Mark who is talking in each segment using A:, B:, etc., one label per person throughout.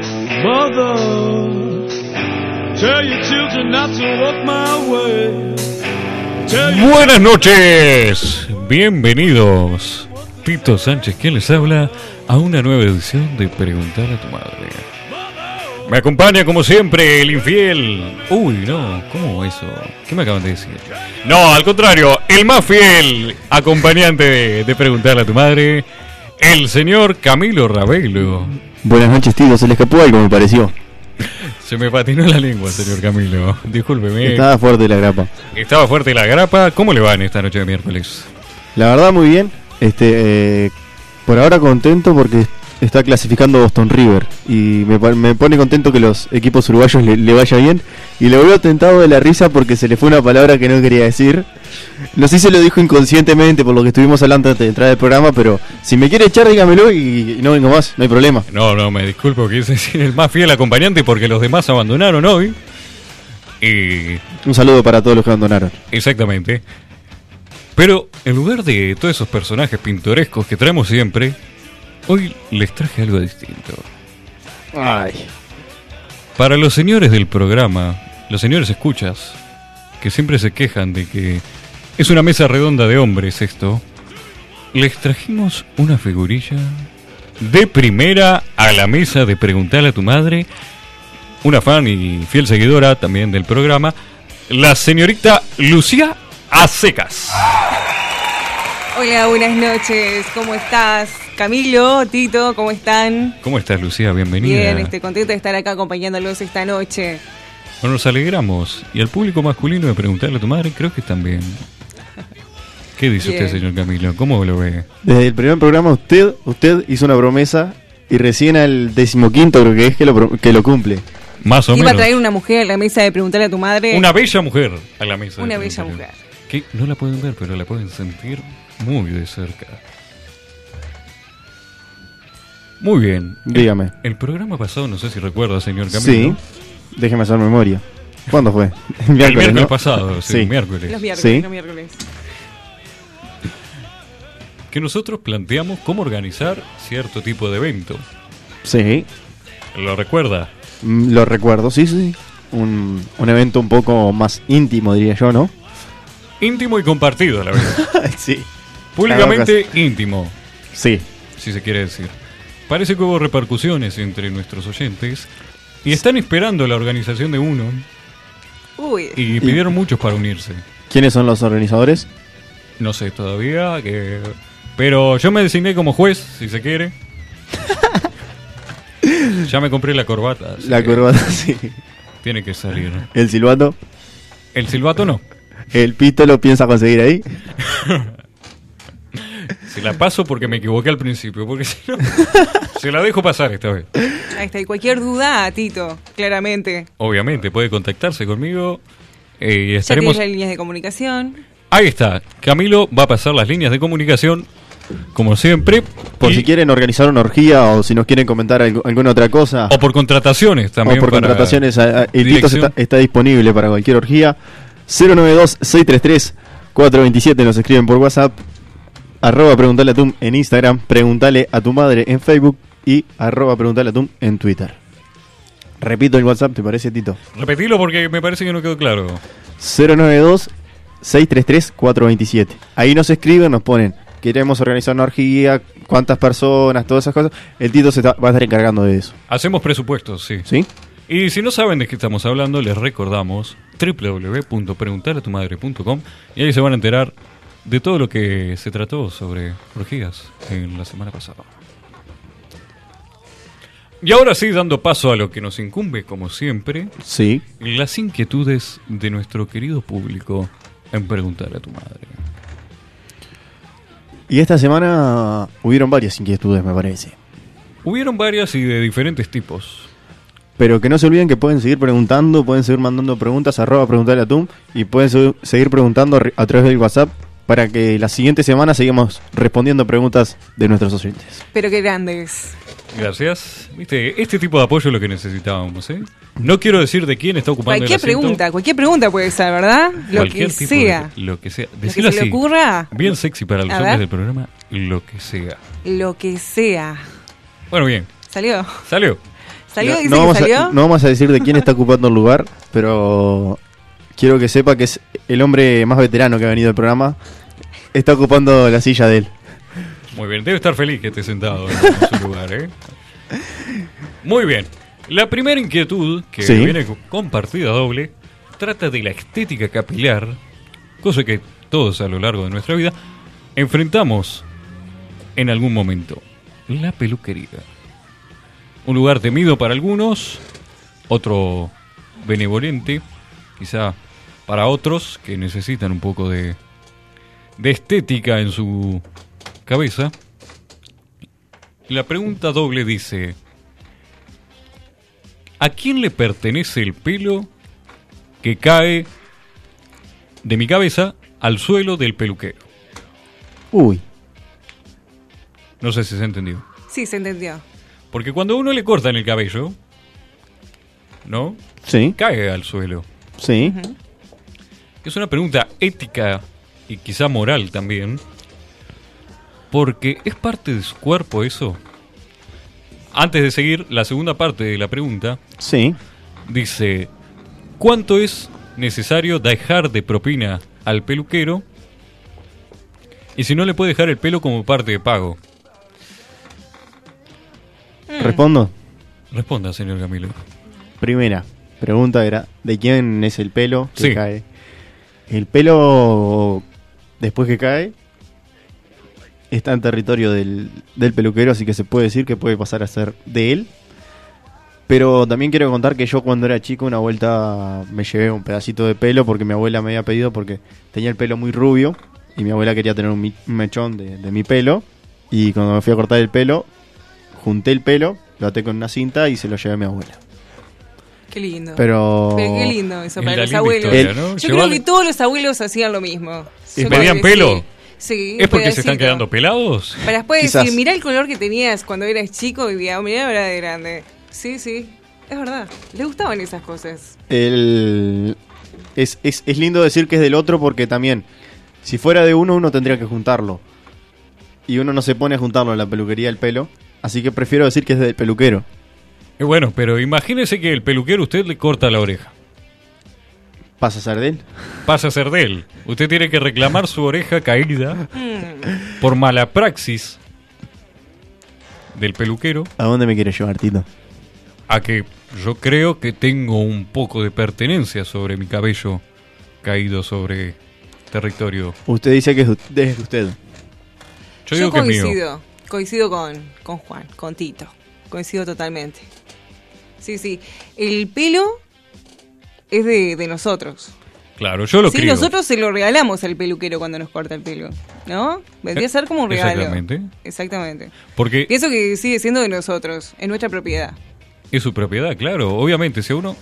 A: Mother, tell your children not to walk my way. Tell your
B: Buenas noches, bienvenidos. Tito Sánchez, quien les habla a una nueva edición de Preguntar a tu madre. Me acompaña como siempre el infiel. Uy, no, ¿cómo eso? ¿Qué me acaban de decir? No, al contrario, el más fiel acompañante de, de Preguntar a tu madre, el señor Camilo Rabelo.
C: Buenas noches, tío. Se le escapó algo, me pareció.
B: Se me patinó la lengua, señor Camilo. Discúlpeme.
C: Estaba fuerte la grapa.
B: Estaba fuerte la grapa. ¿Cómo le va en esta noche de miércoles?
C: La verdad, muy bien. Este, eh, por ahora contento porque está clasificando Boston River. Y me, pa- me pone contento que los equipos uruguayos le, le vaya bien. Y lo veo tentado de la risa porque se le fue una palabra que no quería decir. No sé si lo dijo inconscientemente por lo que estuvimos hablando antes de entrar al programa, pero si me quiere echar, dígamelo y, y no vengo más. No hay problema.
B: No, no, me disculpo, quise decir el más fiel acompañante porque los demás abandonaron hoy. Y
C: Un saludo para todos los que abandonaron.
B: exactamente. Pero en lugar de todos esos personajes pintorescos que traemos siempre, hoy les traje algo distinto.
C: Ay.
B: Para los señores del programa, los señores escuchas, que siempre se quejan de que es una mesa redonda de hombres esto, les trajimos una figurilla de primera a la mesa de preguntarle a tu madre, una fan y fiel seguidora también del programa, la señorita Lucía Acecas.
D: Hola, buenas noches. ¿Cómo estás? Camilo, Tito, ¿cómo están?
B: ¿Cómo estás Lucía? Bienvenida.
D: Bien, este, contento de estar acá acompañándolos esta noche.
B: Bueno, nos alegramos. Y al público masculino de preguntarle a tu madre creo que también. ¿Qué dice
D: Bien.
B: usted, señor Camilo? ¿Cómo lo ve?
C: Desde el primer programa usted, usted hizo una promesa y recién al decimoquinto creo que es que lo, pro- que lo cumple.
B: Más o
D: Iba
B: menos.
D: a traer una mujer a la mesa de preguntarle a tu madre.
B: Una bella mujer a la mesa. de
D: Una bella
B: preguntarle. Que no la pueden ver, pero la pueden sentir muy de cerca. Muy bien.
C: Dígame.
B: El programa pasado, no sé si recuerda, señor
C: Sí.
B: Camilo.
C: Déjeme hacer memoria. ¿Cuándo fue?
B: El miércoles
C: ¿no?
B: pasado, sí,
C: Sí.
B: miércoles.
D: Los miércoles,
C: Sí.
D: los miércoles.
B: Que nosotros planteamos cómo organizar cierto tipo de evento.
C: Sí.
B: ¿Lo recuerda?
C: Mm, Lo recuerdo, sí, sí. sí. Un, un evento un poco más íntimo, diría yo, ¿no?
B: Íntimo y compartido, la verdad.
C: sí.
B: Públicamente íntimo.
C: Sí.
B: si se quiere decir. Parece que hubo repercusiones entre nuestros oyentes y están esperando la organización de uno
D: Uy,
B: y pidieron muchos para unirse.
C: ¿Quiénes son los organizadores?
B: No sé todavía, que... pero yo me designé como juez, si se quiere. ya me compré la corbata. así
C: La
B: que
C: corbata, sí.
B: Tiene que salir.
C: El silbato.
B: El silbato no.
C: El pito lo piensa conseguir ahí.
B: Se la paso porque me equivoqué al principio, porque si no... se la dejo pasar esta vez.
D: ahí está. Y cualquier duda, Tito, claramente.
B: Obviamente, puede contactarse conmigo eh, y
D: Ya
B: estaremos
D: tienes las líneas de comunicación.
B: Ahí está, Camilo va a pasar las líneas de comunicación, como siempre,
C: Por
B: y-
C: si quieren organizar una orgía o si nos quieren comentar algo- alguna otra cosa.
B: o por contrataciones también.
C: o por
B: para-
C: contrataciones, a- a- el Tito
B: dirección.
C: está, está disponible para cualquier orgía. 092-633-427 nos escriben por WhatsApp. Arroba preguntale a Tum en Instagram. Preguntale a tu madre en Facebook. Y arroba preguntale a Tum en Twitter. Repito el WhatsApp, ¿te parece, Tito?
B: Repetilo porque me parece que no quedó claro.
C: 092-633-427. Ahí nos escriben, nos ponen. Queremos organizar una orgía, cuántas personas, todas esas cosas. El Tito se está- va a estar encargando de eso.
B: Hacemos presupuestos, sí.
C: ¿Sí?
B: Y si no saben de qué estamos hablando, les recordamos www.preguntaratumadre.com y ahí se van a enterar de todo lo que se trató sobre orgías en la semana pasada. Y ahora sí, dando paso a lo que nos incumbe, como siempre,
C: Sí.
B: Las inquietudes de nuestro querido público en preguntar a tu madre.
C: Y esta semana hubieron varias inquietudes, me parece.
B: Hubieron varias y de diferentes tipos.
C: Pero que no se olviden que pueden seguir preguntando, pueden seguir mandando preguntas, arroba preguntarle a Tum, y pueden su- seguir preguntando re- a través del WhatsApp para que la siguiente semana sigamos respondiendo preguntas de nuestros oyentes.
D: Pero qué grandes.
B: Gracias. Viste, este tipo de apoyo es lo que necesitábamos, ¿eh? No quiero decir de quién está ocupando el
D: Cualquier
B: asiento.
D: pregunta, cualquier pregunta puede ser, ¿verdad? Lo
B: Cualquier
D: que
B: tipo
D: sea.
B: de- lo que sea.
D: Lo
B: Decilo
D: que se
B: así.
D: le ocurra,
B: Bien sexy para los
D: A
B: hombres
D: ver.
B: del programa, lo que sea.
D: lo que sea.
B: Bueno, bien.
D: ¿Salió?
B: Salió.
D: ¿Salió?
C: No-
D: ¿Dice
C: no,
D: que
C: vamos
D: salió?
C: A, no vamos a decir de quién está ocupando el lugar, pero quiero que sepa que es el hombre más veterano que ha venido al programa. Está ocupando la silla de él.
B: Muy bien, debe estar feliz que esté sentado en su lugar, ¿eh? Muy bien. La primera inquietud, que
C: Sí.
B: viene co- con partida doble, trata de la estética capilar, cosa que todos a lo largo de nuestra vida enfrentamos en algún momento. La peluquería. Un lugar temido para algunos, otro benevolente, quizá para otros que necesitan un poco de, de estética en su cabeza. La pregunta doble dice, ¿a quién le pertenece el pelo que cae de mi cabeza al suelo del peluquero?
C: Uy,
B: No sé si se ha entendido.
D: Sí, se entendió.
B: Porque cuando a uno le cortan el cabello, ¿no?
C: sí,
B: Cae al suelo.
C: sí.
B: Es una pregunta ética y quizá moral también. Porque es parte de su cuerpo eso. Antes de seguir, la segunda parte de la pregunta
C: Sí.
B: dice, ¿cuánto es necesario dejar de propina al peluquero? Y si no le puede dejar el pelo como parte de pago.
D: Mm.
C: Respondo.
B: Responda, señor Camilo.
C: Primera pregunta era, ¿de quién es el pelo que
B: Sí.
C: cae? El pelo, después que cae, está en territorio del, del peluquero, así que se puede decir que puede pasar a ser de él. Pero también quiero contar que yo cuando era chico una vuelta me llevé un pedacito de pelo porque mi abuela me había pedido porque tenía el pelo muy rubio y mi abuela quería tener un, mi- un mechón de, de mi pelo. Y cuando me fui a cortar el pelo, junté el pelo, lo até con una cinta y se lo llevé a mi abuela.
D: Qué lindo.
C: Pero.
D: Pero qué lindo eso
B: Es
D: para
B: la
D: los
B: linda
D: abuelos.
B: historia, ¿no?
D: Yo
B: Llevar-
D: creo que todos los abuelos hacían lo mismo.
B: ¿Y
D: Yo
B: pedían
D: creo que
B: pelo?
D: Sí. Sí,
B: ¿Es porque se
D: pedacito.
B: están quedando pelados?
D: Para después
C: Quizás.
D: decir, mirá el color que tenías cuando eras chico y mirá, mirá ahora de grande. Sí, sí. Es verdad. Le gustaban esas cosas.
C: el- es, es- es lindo decir que es del otro porque también, si fuera de uno, uno tendría que juntarlo. Y uno no se pone a juntarlo en la peluquería el pelo. Así que prefiero decir que es del peluquero.
B: Y Eh, bueno, pero imagínese que el peluquero usted le corta la oreja.
C: ¿Pasa a ser de él?
B: Pasa a ser de él. Usted tiene que reclamar su oreja caída
D: Hmm.
B: por mala praxis del peluquero.
C: ¿A dónde me quiere llevar, Tito?
B: a que yo creo que tengo un poco de pertenencia sobre mi cabello caído sobre territorio.
C: Usted dice que es de- de usted.
B: Yo, digo que es mío.
D: coincido. Coincido con, con Juan, con Tito. Coincido totalmente. Sí, sí. El pelo es de, de nosotros.
B: Claro, yo lo
D: sí,
B: crío.
D: nosotros se lo regalamos al peluquero cuando nos corta el pelo. ¿No? Vendría a ser como un regalo.
B: Exactamente. Eh,
D: Exactamente.
B: Porque
D: Pienso que sigue siendo de nosotros, es nuestra propiedad.
B: es su propiedad, claro. Obviamente, si a uno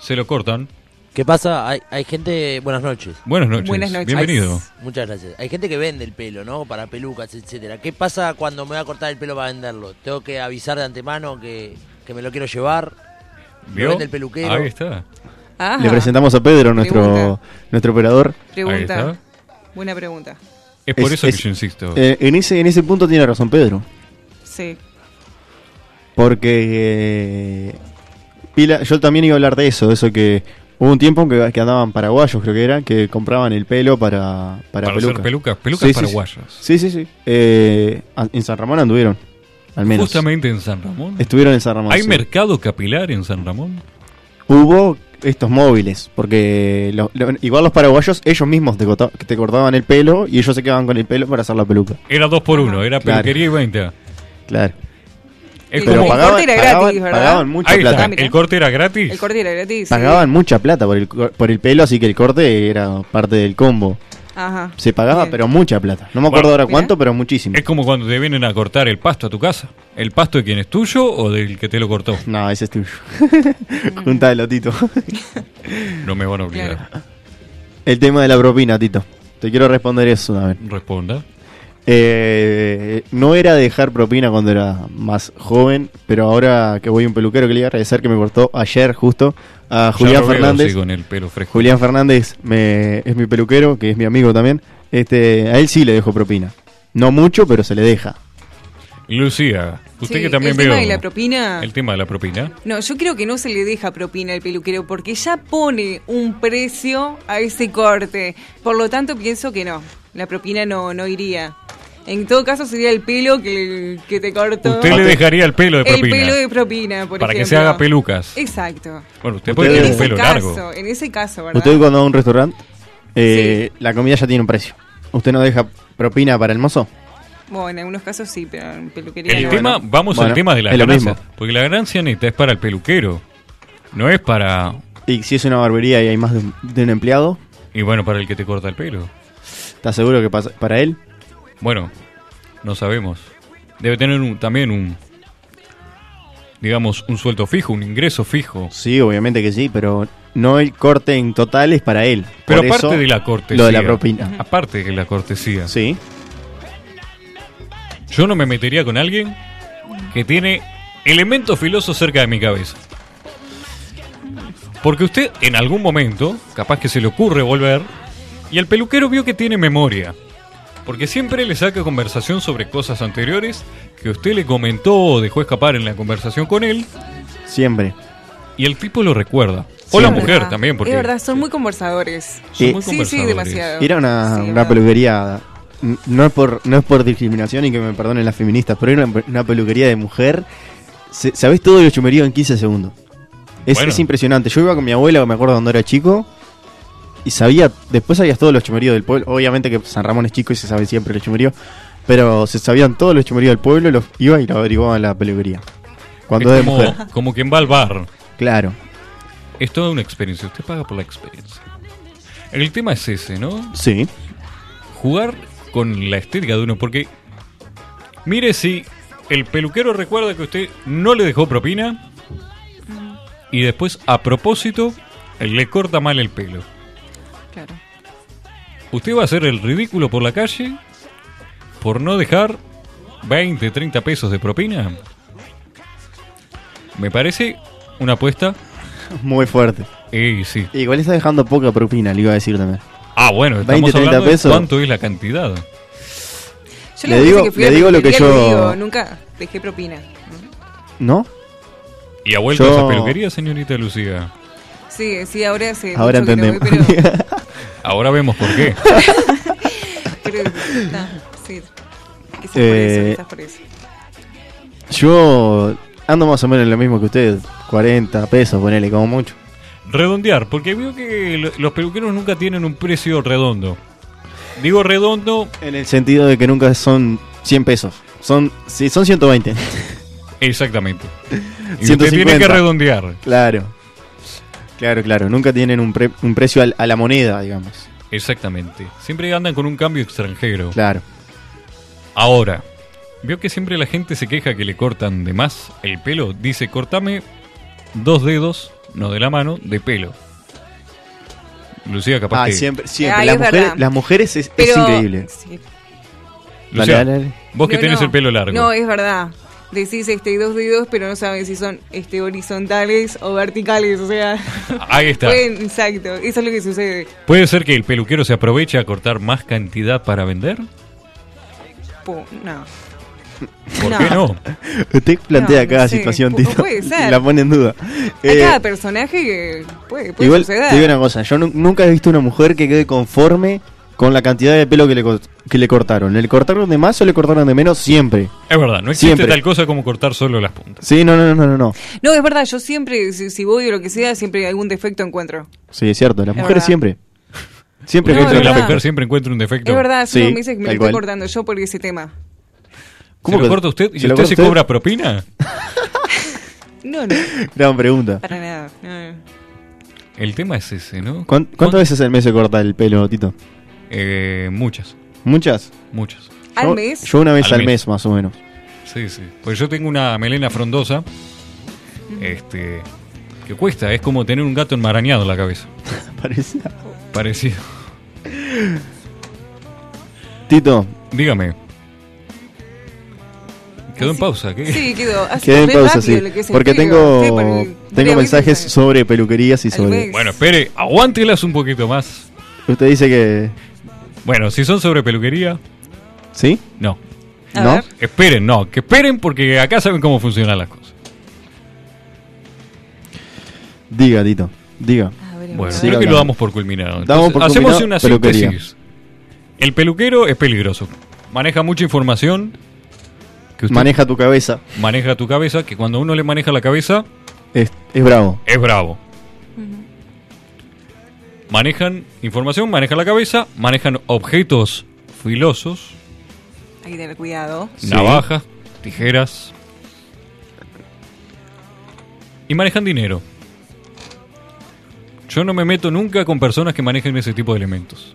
B: se lo cortan,
E: ¿Qué pasa? Hay, hay gente. Buenas noches.
B: buenas noches.
D: Buenas noches.
B: Bienvenido.
E: Muchas gracias. Hay gente que vende el pelo, ¿no? Para pelucas, etcétera. ¿Qué pasa cuando me voy a cortar el pelo para venderlo? ¿Tengo que avisar de antemano que, que me lo quiero llevar?
B: ¿Vio?
E: Lo vende el peluquero.
B: Ahí está.
D: Ajá.
C: Le presentamos a Pedro, nuestro,
D: Pregunta.
C: nuestro operador.
B: Ahí
D: Pregunta.
B: está.
D: Buena pregunta.
B: Es por
C: Es-
B: eso
C: es-
B: que yo insisto.
C: Eh, en, ese, en ese punto tiene razón Pedro.
D: Sí.
C: Porque eh, pila, yo también iba a hablar de eso, de eso que hubo un tiempo que, que andaban paraguayos, creo que era, que compraban el pelo para, para,
B: Para hacer
C: peluca.
B: pelucas, pelucas
C: Sí, sí,
B: paraguayas.
C: Sí, sí, sí. Eh, a- en San Ramón anduvieron, al menos.
B: Justamente en San Ramón.
C: Estuvieron en San Ramón.
B: ¿Hay
C: sí.
B: mercado capilar en San Ramón?
C: Hubo estos móviles, porque lo- lo- igual los paraguayos, ellos mismos te, corta- te cortaban el pelo y ellos se quedaban con el pelo para hacer la peluca.
B: Era dos por uno, era
C: Claro.
B: peluquería y venta.
C: Claro.
B: Es como...
D: Pero el pagaba- corte era gratis,
C: pagaban,
D: ¿verdad?
C: pagaban mucha
B: Ahí
C: plata.
B: está,
D: Mira.
B: el corte era gratis.
D: El corte era gratis. sí.
C: Pagaban mucha plata por el, co- por el pelo, así que el corte era parte del combo.
D: Ajá.
C: Se pagaba,
D: Bien.
C: pero mucha plata. No me acuerdo
B: Bueno.
C: ahora cuánto, pero muchísimo.
B: Es como cuando te vienen a cortar el pasto a tu casa. ¿El pasto de quién es tuyo o del que te lo cortó?
C: No, ese es tuyo. Junta de lotito.
B: No me van a obligar.
C: el tema de la propina, Tito. Te quiero responder eso una vez.
B: Responda.
C: Eh, no era dejar propina cuando era más joven, pero ahora que voy a un peluquero que le iba a agradecer que me cortó ayer justo
B: Ya
C: a Julián
B: lo veo
C: Fernández.
B: así con el pelo fresco.
C: Julián Fernández me, es mi peluquero, que es mi amigo también. Este, a él sí le dejo propina. No mucho, pero se le deja.
B: Lucía, Usted
D: Sí,
B: que también
D: el
B: veo
D: tema de la propina.
B: el tema de la propina.
D: No, yo creo que no se le deja propina al peluquero porque ya pone un precio a ese corte. Por lo tanto, pienso que no. La propina no, no iría. En todo caso, sería el pelo que, que te cortó.
B: Usted le dejaría el pelo de
D: El
B: propina.
D: pelo de propina, por
B: Para que
D: ejemplo.
B: se haga pelucas.
D: Exacto.
B: Bueno, usted puede tener
C: Usted-
D: en
B: un
D: ese
B: pelo
D: caso,
B: largo.
D: En ese caso, ¿verdad?
C: Usted cuando va a un restaurante, eh, la comida ya tiene un precio. ¿Usted no deja propina para el mozo?
D: Bueno, en algunos casos sí, pero en peluquería
B: El
D: no.
B: tema,
C: bueno.
B: vamos al
C: Bueno,
B: tema de la
C: es lo
B: ganancia.
C: mismo.
B: Porque la ganancia neta es para el peluquero. No es para.
C: Y si es una barbería y hay más de un, de un empleado,
B: Y bueno, para el que te corta el pelo.
C: ¿está seguro que pasa- para él?
B: Bueno, no sabemos. Debe tener un- también un. Digamos, un sueldo fijo, un ingreso fijo.
C: Sí, obviamente que sí, pero no el corte en total es para él.
B: Pero
C: Por
B: aparte
C: eso,
B: de la cortesía.
C: Lo de la propina.
B: Aparte de la cortesía.
C: Sí.
B: Yo no me metería con alguien que tiene elementos filosos cerca de mi cabeza. Porque usted en algún momento, capaz que se le ocurre volver, y el peluquero vio que tiene memoria. Porque siempre le saca conversación sobre cosas anteriores que usted le comentó o dejó escapar en la conversación con él,
C: Siempre.
B: y el tipo lo recuerda. O la
D: Es
B: mujer
D: verdad.
B: también, porque
D: Es verdad, son muy conversadores.
B: son
C: Eh,
B: muy
D: Sí, sí,
B: conversadores.
D: demasiado.
C: Era una,
D: Sí, es
C: una
D: verdad.
C: peluquería. n- No es, por, no es por discriminación y que me perdonen las feministas, pero era una, una peluquería de mujer. Se- Sabés todo lo chumerío en 15 segundos. Es,
B: Bueno.
C: es impresionante. Yo iba con mi abuela, me acuerdo cuando era chico, y sabía. Después sabías todos los chumeríos del pueblo. Obviamente que San Ramón es chico y se sabe siempre los chumeríos. Pero se sabían todos los chumeríos del pueblo, los iba y lo averiguaba en la peluquería. Cuando es
B: Es
C: de mujer.
B: como, como quien va al bar.
C: Claro.
B: Es toda una experiencia. Usted paga por la experiencia. El tema es ese, ¿no?
C: Sí.
B: jugar con la estética de uno, porque mire si el peluquero recuerda que usted no le dejó propina
D: Mm.
B: y después a propósito le corta mal el pelo.
D: Claro.
B: Usted va a hacer el ridículo por la calle por no dejar 20, 30 pesos de propina. Me parece una apuesta.
C: Muy fuerte.
B: Eh, sí.
C: Igual está dejando poca propina, le iba a decir también.
B: Ah, bueno, estamos
C: 20, 30
B: hablando de
C: pesos.
B: cuánto es la cantidad.
D: Yo
C: Le
D: la
C: digo-
D: digo, que fui
C: le
D: a la
C: digo lo que
D: peluquería,
C: yo-
D: le digo, nunca dejé propina.
C: ¿No?
B: Y ha vuelto
C: Yo-
B: a esa peluquería, señorita Lucía.
D: Sí, sí, ahora sí.
C: Ahora entendemos.
B: Ahora vemos por qué.
D: Creo que está, sí. Quizás por eso,
C: Eh,
D: quizás por eso.
C: Yo ando más o menos en lo mismo que usted. 40 pesos, ponele como mucho.
B: Redondear, porque veo que lo- los peluqueros nunca tienen un precio redondo. Digo redondo,
C: En el sentido de que nunca son 100 pesos. Son, sí, son 120.
B: exactamente. Y usted
C: 150.
B: tiene que redondear.
C: claro. Claro, claro. Nunca tienen un, pre- un precio al- a la moneda, digamos.
B: Exactamente. Siempre andan con un cambio extranjero.
C: Claro.
B: Ahora, veo que siempre la gente se queja que le cortan de más el pelo. Dice, cortame dos dedos, no de la mano, de pelo. Lucía, capaz
C: Ah,
B: que...
C: siempre, siempre.
D: Ay,
C: las,
D: es
C: mujeres,
D: verdad.
C: las mujeres es, es
D: Pero-
C: increíble.
D: sí.
B: Lucía,
C: Dale, dale, dale.
B: vos que
D: No,
B: tenés
D: no.
B: el pelo largo.
D: No, es verdad. Decís este, dos dedos, pero no saben si son este, horizontales o verticales. O sea,
B: Ahí está.
D: pueden- exacto. Eso es lo que sucede.
B: ¿Puede ser que el peluquero se aproveche a cortar más cantidad para vender?
D: Pu- no.
B: ¿Por qué no?
C: Usted plantea
D: no
C: cada
D: sé.
C: situación,
D: Pu-
C: Tito.
D: puede ser.
C: La pone en duda.
D: A
C: Eh,
D: cada personaje eh, puede, puede
C: Igual,
D: suceder.
C: te digo una cosa, yo nu- nunca he visto una mujer que quede conforme con la cantidad de pelo que le, co- que le cortaron. ¿Le cortaron de más o le cortaron de menos? Siempre.
B: Es verdad, no existe
C: Siempre.
B: tal cosa como cortar solo las puntas.
C: Sí, no, no, no, no, no.
D: No, es verdad. Yo siempre, si, si voy o lo que sea, siempre algún defecto encuentro.
C: Sí, es cierto, las
D: Es
C: mujeres
D: verdad.
C: siempre. Siempre
B: Porque
D: No,
C: encuentran
D: es
B: la
D: verdad.
B: mujer siempre encuentra un defecto.
D: Es verdad, eso
C: Sí,
D: no me dice que me lo
C: tal
D: estoy
C: cual.
D: cortando yo por ese tema.
B: ¿Cómo
C: ¿Cómo
B: lo
C: que-
B: corta usted y
C: se
B: usted, se
C: lo corta usted?
B: cobra propina?
D: No, no,
C: Gran pregunta.
D: para nada. no, no.
B: El tema es ese, ¿no?
C: ¿Cuán- ¿Cuántas veces al mes se corta el pelo, Tito?
B: Eh, muchas,
C: ¿Muchas?
B: muchas.
D: Al
C: Yo-
D: mes.
C: Yo una vez
B: Al
C: al,
B: mes.
C: mes. más o menos.
B: Sí, sí. Pues yo tengo una melena frondosa. Este. Que cuesta, es como tener un gato enmarañado en la cabeza.
C: Parece.
B: Parecido.
C: Tito,
B: Dígame. Quedó en pausa, ¿qué?
D: Sí, quedó. Así,
C: quedé en
D: re
C: pausa,
D: rápido
C: sí.
D: lo que es el
C: Porque
D: pelo. Sí, por
C: tengo,
D: el-
C: tengo
D: varias
C: mensajes
D: veces.
C: sobre peluquerías y
D: Al
C: sobre...
D: mes.
B: Bueno, espere, aguántelas un poquito más.
C: Usted dice que...
B: Bueno, si son sobre peluquería,
C: ¿Sí?
B: no.
D: A
C: ¿No?
D: ver.
B: Esperen, no, que esperen porque acá saben cómo funcionan las cosas.
C: Diga, Tito, diga.
D: A ver,
B: Bueno,
D: a
C: Sí,
B: creo
D: ver.
B: que
C: hablando.
B: lo damos por culminado.
C: Damos por
B: hacemos
C: culminado
B: una
C: peluquería.
B: síntesis. El peluquero es peligroso. Maneja mucha información que usted maneja.
C: Maneja tu cabeza.
B: tu cabeza, que cuando uno le maneja la cabeza
C: Es, es bravo.
B: es bravo. Manejan información, manejan la cabeza, manejan objetos filosos,
D: Hay que tener cuidado.
C: Sí.
B: navajas, tijeras. Y manejan dinero. Yo no me meto nunca con personas que manejen ese tipo de elementos.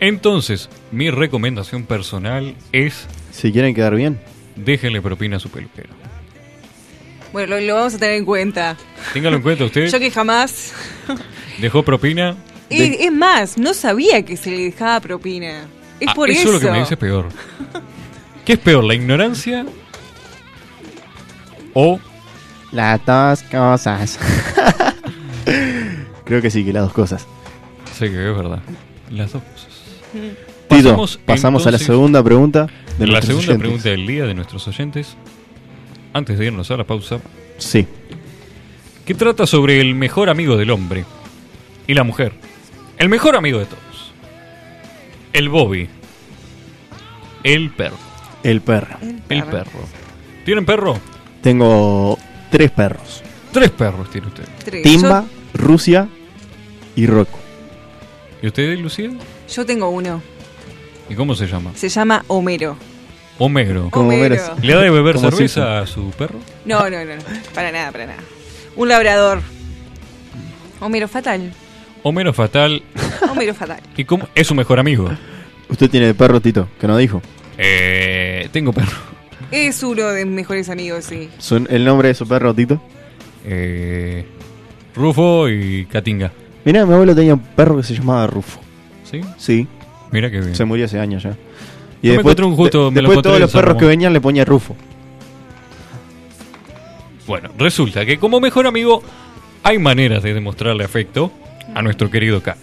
B: Entonces, mi recomendación personal es
C: Si quieren quedar bien.
B: déjenle propina a su peluquero.
D: Bueno, lo, lo vamos a tener en cuenta.
B: Téngalo en cuenta usted,
D: Yo que jamás.
B: dejó propina.
D: Es, es más, no sabía que se le dejaba propina. Es
B: Ah,
D: por
B: eso
D: eso.
B: es lo que me dice es peor. ¿Qué es peor, la ignorancia o
C: Las dos cosas. Creo que sí, que las dos cosas.
B: sé que es verdad? Las dos cosas.
C: Tito,
B: Pasamos,
C: pasamos, a la
B: entonces,
C: segunda pregunta. De
B: la
C: nuestros
B: segunda
C: oyentes.
B: pregunta del día de nuestros oyentes, antes de irnos a la pausa,
C: Sí.
B: que trata sobre el mejor amigo del hombre y la mujer. El mejor amigo de todos. El Bobby. El perro.
C: El perro.
B: El perro. ¿Tienen perro?
C: Tengo tres perros.
B: Tres perros tiene usted.
D: Tres.
C: Timba, Rusia y Rocco.
B: ¿Y usted, Lucía?
D: Yo, yo tengo uno.
B: ¿Y cómo se llama?
D: Se llama Homero.
B: Homero.
C: Como
D: Homero.
C: veras.
B: ¿Le da de beber
C: Como
B: cerveza a su perro?
D: No, no, no, no. Para nada, para nada. Un labrador. Homero fatal.
B: Homero fatal.
D: Homero fatal.
B: ¿Y cómo? Es su mejor amigo.
C: Usted tiene perro, Tito, que no dijo.
B: Eh, tengo perro.
D: Es uno de mis mejores amigos, sí.
C: Su- el nombre de su perro, Tito.
B: Eh, Rufo y Catinga.
C: Mirá, mi abuelo tenía un perro que se llamaba Rufo.
B: ¿Sí?
C: Sí,
B: Mira qué bien.
C: se murió hace años ya.
B: Yo me encontré un justo, me lo
C: después
B: encontré
C: todos
B: en
C: los
B: San
C: perros
B: Ramón.
C: que venían le ponía Rufo.
B: Bueno, resulta que como mejor amigo hay maneras de demostrarle afecto a nuestro querido K.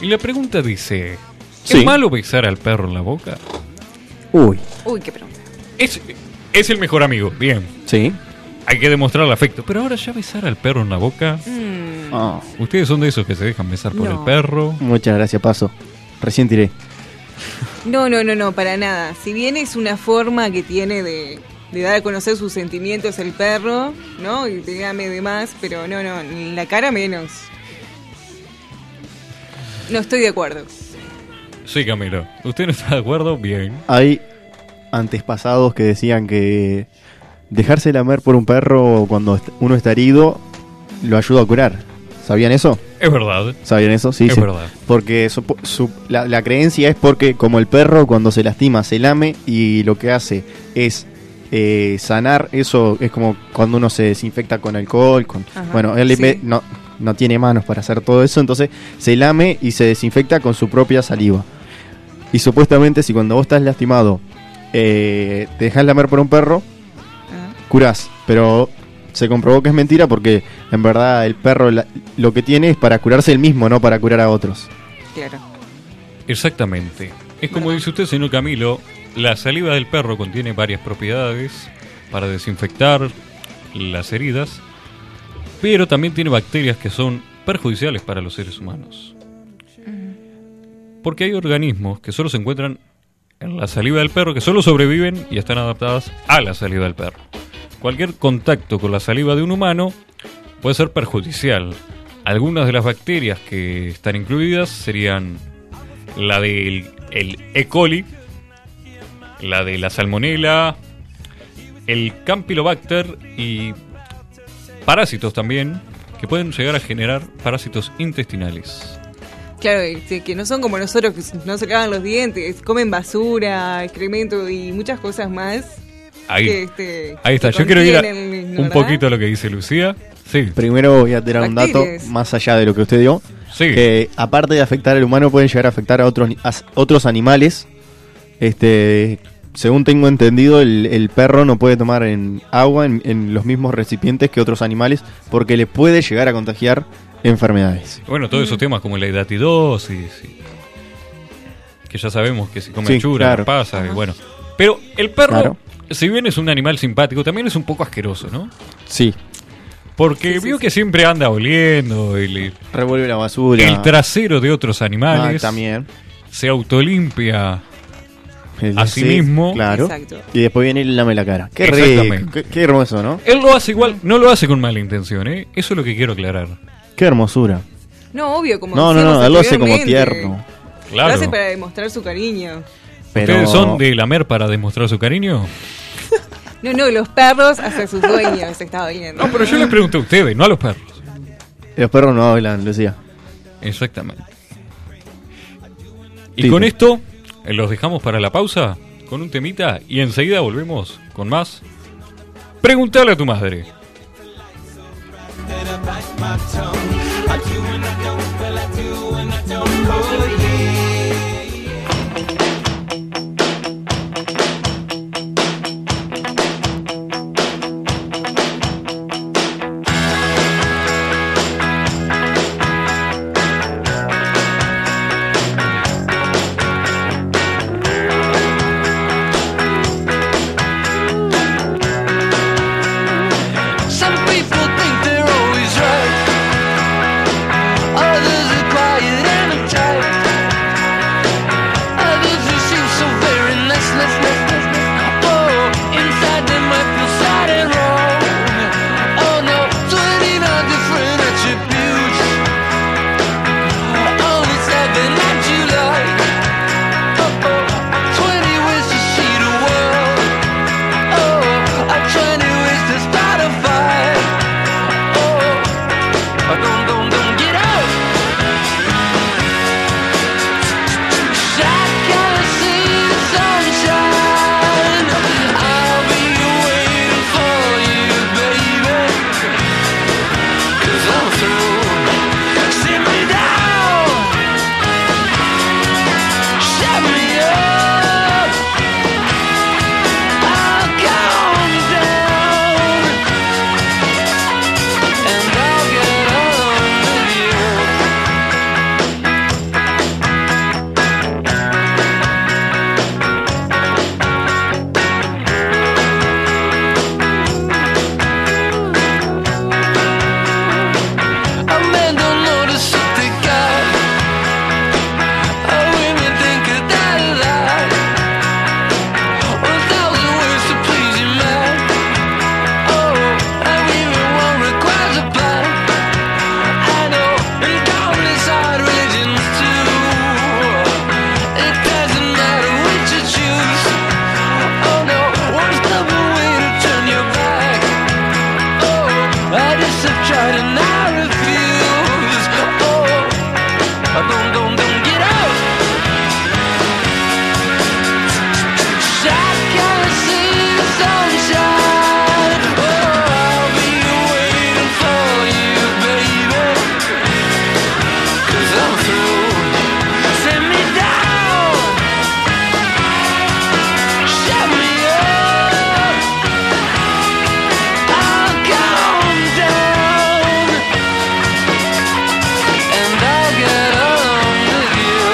B: Y la pregunta dice, ¿es
C: Sí.
B: malo besar al perro en la boca?
C: Uy.
D: Uy, qué pregunta.
B: Es, es el mejor amigo, bien,
C: Sí.
B: hay que demostrarle afecto. Pero ahora ya besar al perro en la boca,
D: Mm,
C: Ah,
B: ustedes son de esos que se dejan besar por
D: No.
B: el perro.
C: muchas gracias, paso. Recién tiré.
D: No, no, no, no, para nada. Si bien es una forma que tiene de, de dar a conocer sus sentimientos el perro, ¿no? Y te ame de más, pero no, no, en la cara menos. No estoy de acuerdo.
B: Sí, Camilo, ¿usted no está de acuerdo? Bien.
C: Hay antepasados que decían que dejarse lamer por un perro cuando est- uno está herido lo ayuda a curar. ¿Sabían eso?
B: Es verdad.
C: ¿Sabían eso? Sí,
B: Es
C: sí.
B: verdad.
C: Porque su- su- la, la creencia es porque como el perro cuando se lastima se lame y lo que hace es eh, sanar, eso es como cuando uno se desinfecta con alcohol, con
D: Ajá,
C: bueno, él
D: sí.
C: ve- no, no tiene manos para hacer todo eso, entonces se lame y se desinfecta con su propia saliva. Y supuestamente si cuando vos estás lastimado eh, te dejas lamer por un perro,
D: Ah,
C: curás, pero se comprobó que es mentira porque en verdad el perro la- lo que tiene es para curarse él mismo, no para curar a otros.
D: claro.
B: Exactamente. Es como dice usted, señor Camilo, la saliva del perro contiene varias propiedades para desinfectar las heridas, pero también tiene bacterias que son perjudiciales para los seres humanos. Porque hay organismos que solo se encuentran en la saliva del perro, que solo sobreviven y están adaptadas a la saliva del perro. Cualquier contacto con la saliva de un humano puede ser perjudicial. Algunas de las bacterias que están incluidas serían la del el E. coli, la de la salmonela, el campylobacter y parásitos también, que pueden llegar a generar parásitos intestinales.
D: Claro, este, que no son como nosotros, que no se cagan los dientes, comen basura, excremento y muchas cosas más. que,
B: Ahí,
D: este,
B: ahí está,
D: que
B: yo quiero ir a-
D: contienen, ¿no
B: un
D: verdad?
B: poquito a lo que dice Lucía. Sí,
C: Primero voy a tirar un dato
D: Bacterias.
C: más allá de lo que usted dio,
B: sí.
C: que aparte de afectar al humano pueden llegar a afectar a otros, a s- otros animales. Este, según tengo entendido, el, el perro no puede tomar en agua en, en los mismos recipientes que otros animales porque le puede llegar a contagiar enfermedades.
B: Bueno, todos esos temas como la hidatidosis, y- que ya sabemos que si come
C: Sí,
B: chura,
C: claro.
B: pasa, y bueno, Pero el perro,
C: Claro.
B: si bien es un animal simpático, también es un poco asqueroso, ¿no?
C: Sí.
B: Porque vio que siempre anda oliendo el, el
C: Revuelve la basura.
B: trasero de otros
C: Ah,
B: animales.
C: también.
B: Se autolimpia.
C: El-
B: Así
C: sí,
B: mismo.
C: Claro.
D: Exacto.
C: Y después viene y le lame la cara. Qué rico.
B: Exactamente.
C: Qué, qué hermoso, ¿no?
B: Él lo hace igual, no lo hace con mala intención, ¿eh? Eso es lo que quiero aclarar.
C: Qué hermosura.
D: No, obvio, como
C: No, no, no.
D: decíamos
C: Él lo hace como
D: anteriormente.
C: tierno.
D: Lo
B: Claro.
D: hace para demostrar su cariño.
C: Pero...
B: ¿Ustedes son de lamer para demostrar su cariño?
D: No, no, los perros hacia sus dueños se está oyendo.
B: No, pero yo les pregunto a ustedes, no a los perros.
C: Los perros no hablan, Lucía.
B: Exactamente. Y
C: Tipo.
B: con esto eh, los dejamos para la pausa con un temita y enseguida volvemos con más. Preguntale a tu madre.
F: Some people think they're always right. Others are quiet and uptight. Others who seem so very nice, nice, nice, nice, nice. Oh, inside they might feel sad and wrong. Oh no, 29 different attributes. Only seven that you like. Oh, oh, 20 ways to see the world. Oh, I'm trying to waste this battle fight. Oh, don't, don't, don't get out. I gotta see the sunshine. I'll be waiting for you, baby. 'Cause I'm through. Sit me down. Shut me up. I'll calm down and I'll get on with you. A man don't notice what they got. A women Oh, think of that a lot. One thousand words to please your man. Oh, and even one requires a plan. I know it's countless hard regions too. It doesn't matter which you choose. Oh no, one stubborn way to turn your back. Oh, I just have tried and I refuse. Oh, don't, don't, don't get out. I'll calm down and I'll get on with you.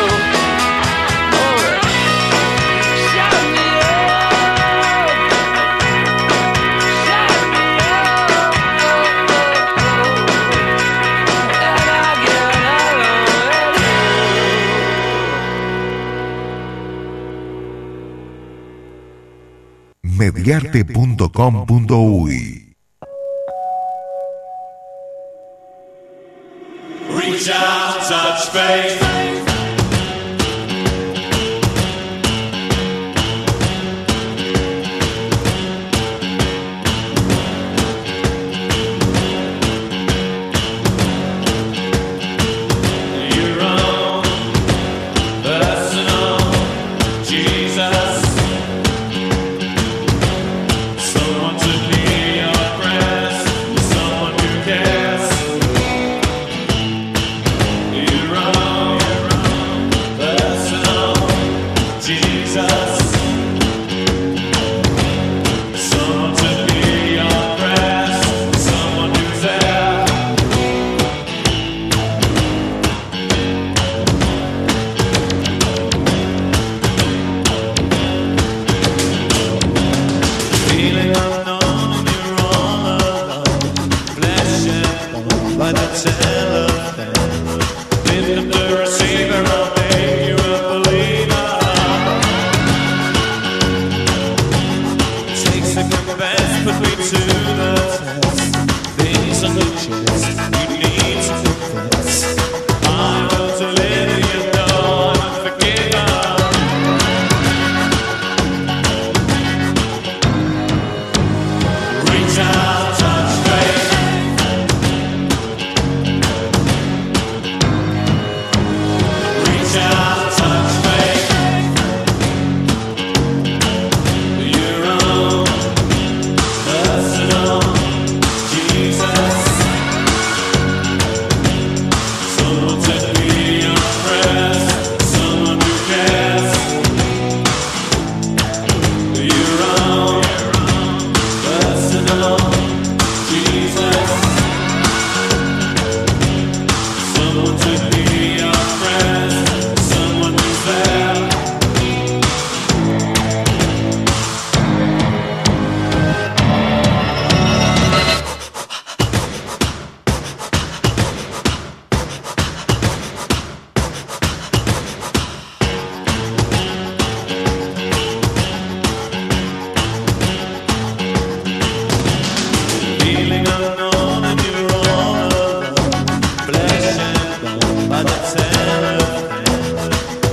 G: mediarte.com.uy
A: Reach out, touch faith. You're wrong, personal, Jesus. Someone to be your friend, someone who cares. You're wrong. but it's a hell of a thing. Been the receiver of it, you a believer. Takes a good pass between two lovers. Things on the chest, you need to confess. I want to live in your door, unforgiven. Reach out, touch faith. Reach out, touch faith. You're on, us and on, Jesus. Someone to be your friend, someone who cares. You're on, us and on, Jesus. Someone to be your friend, someone who's there. Feeling unknown and you're all alone. Flesh and bone, but it's everything.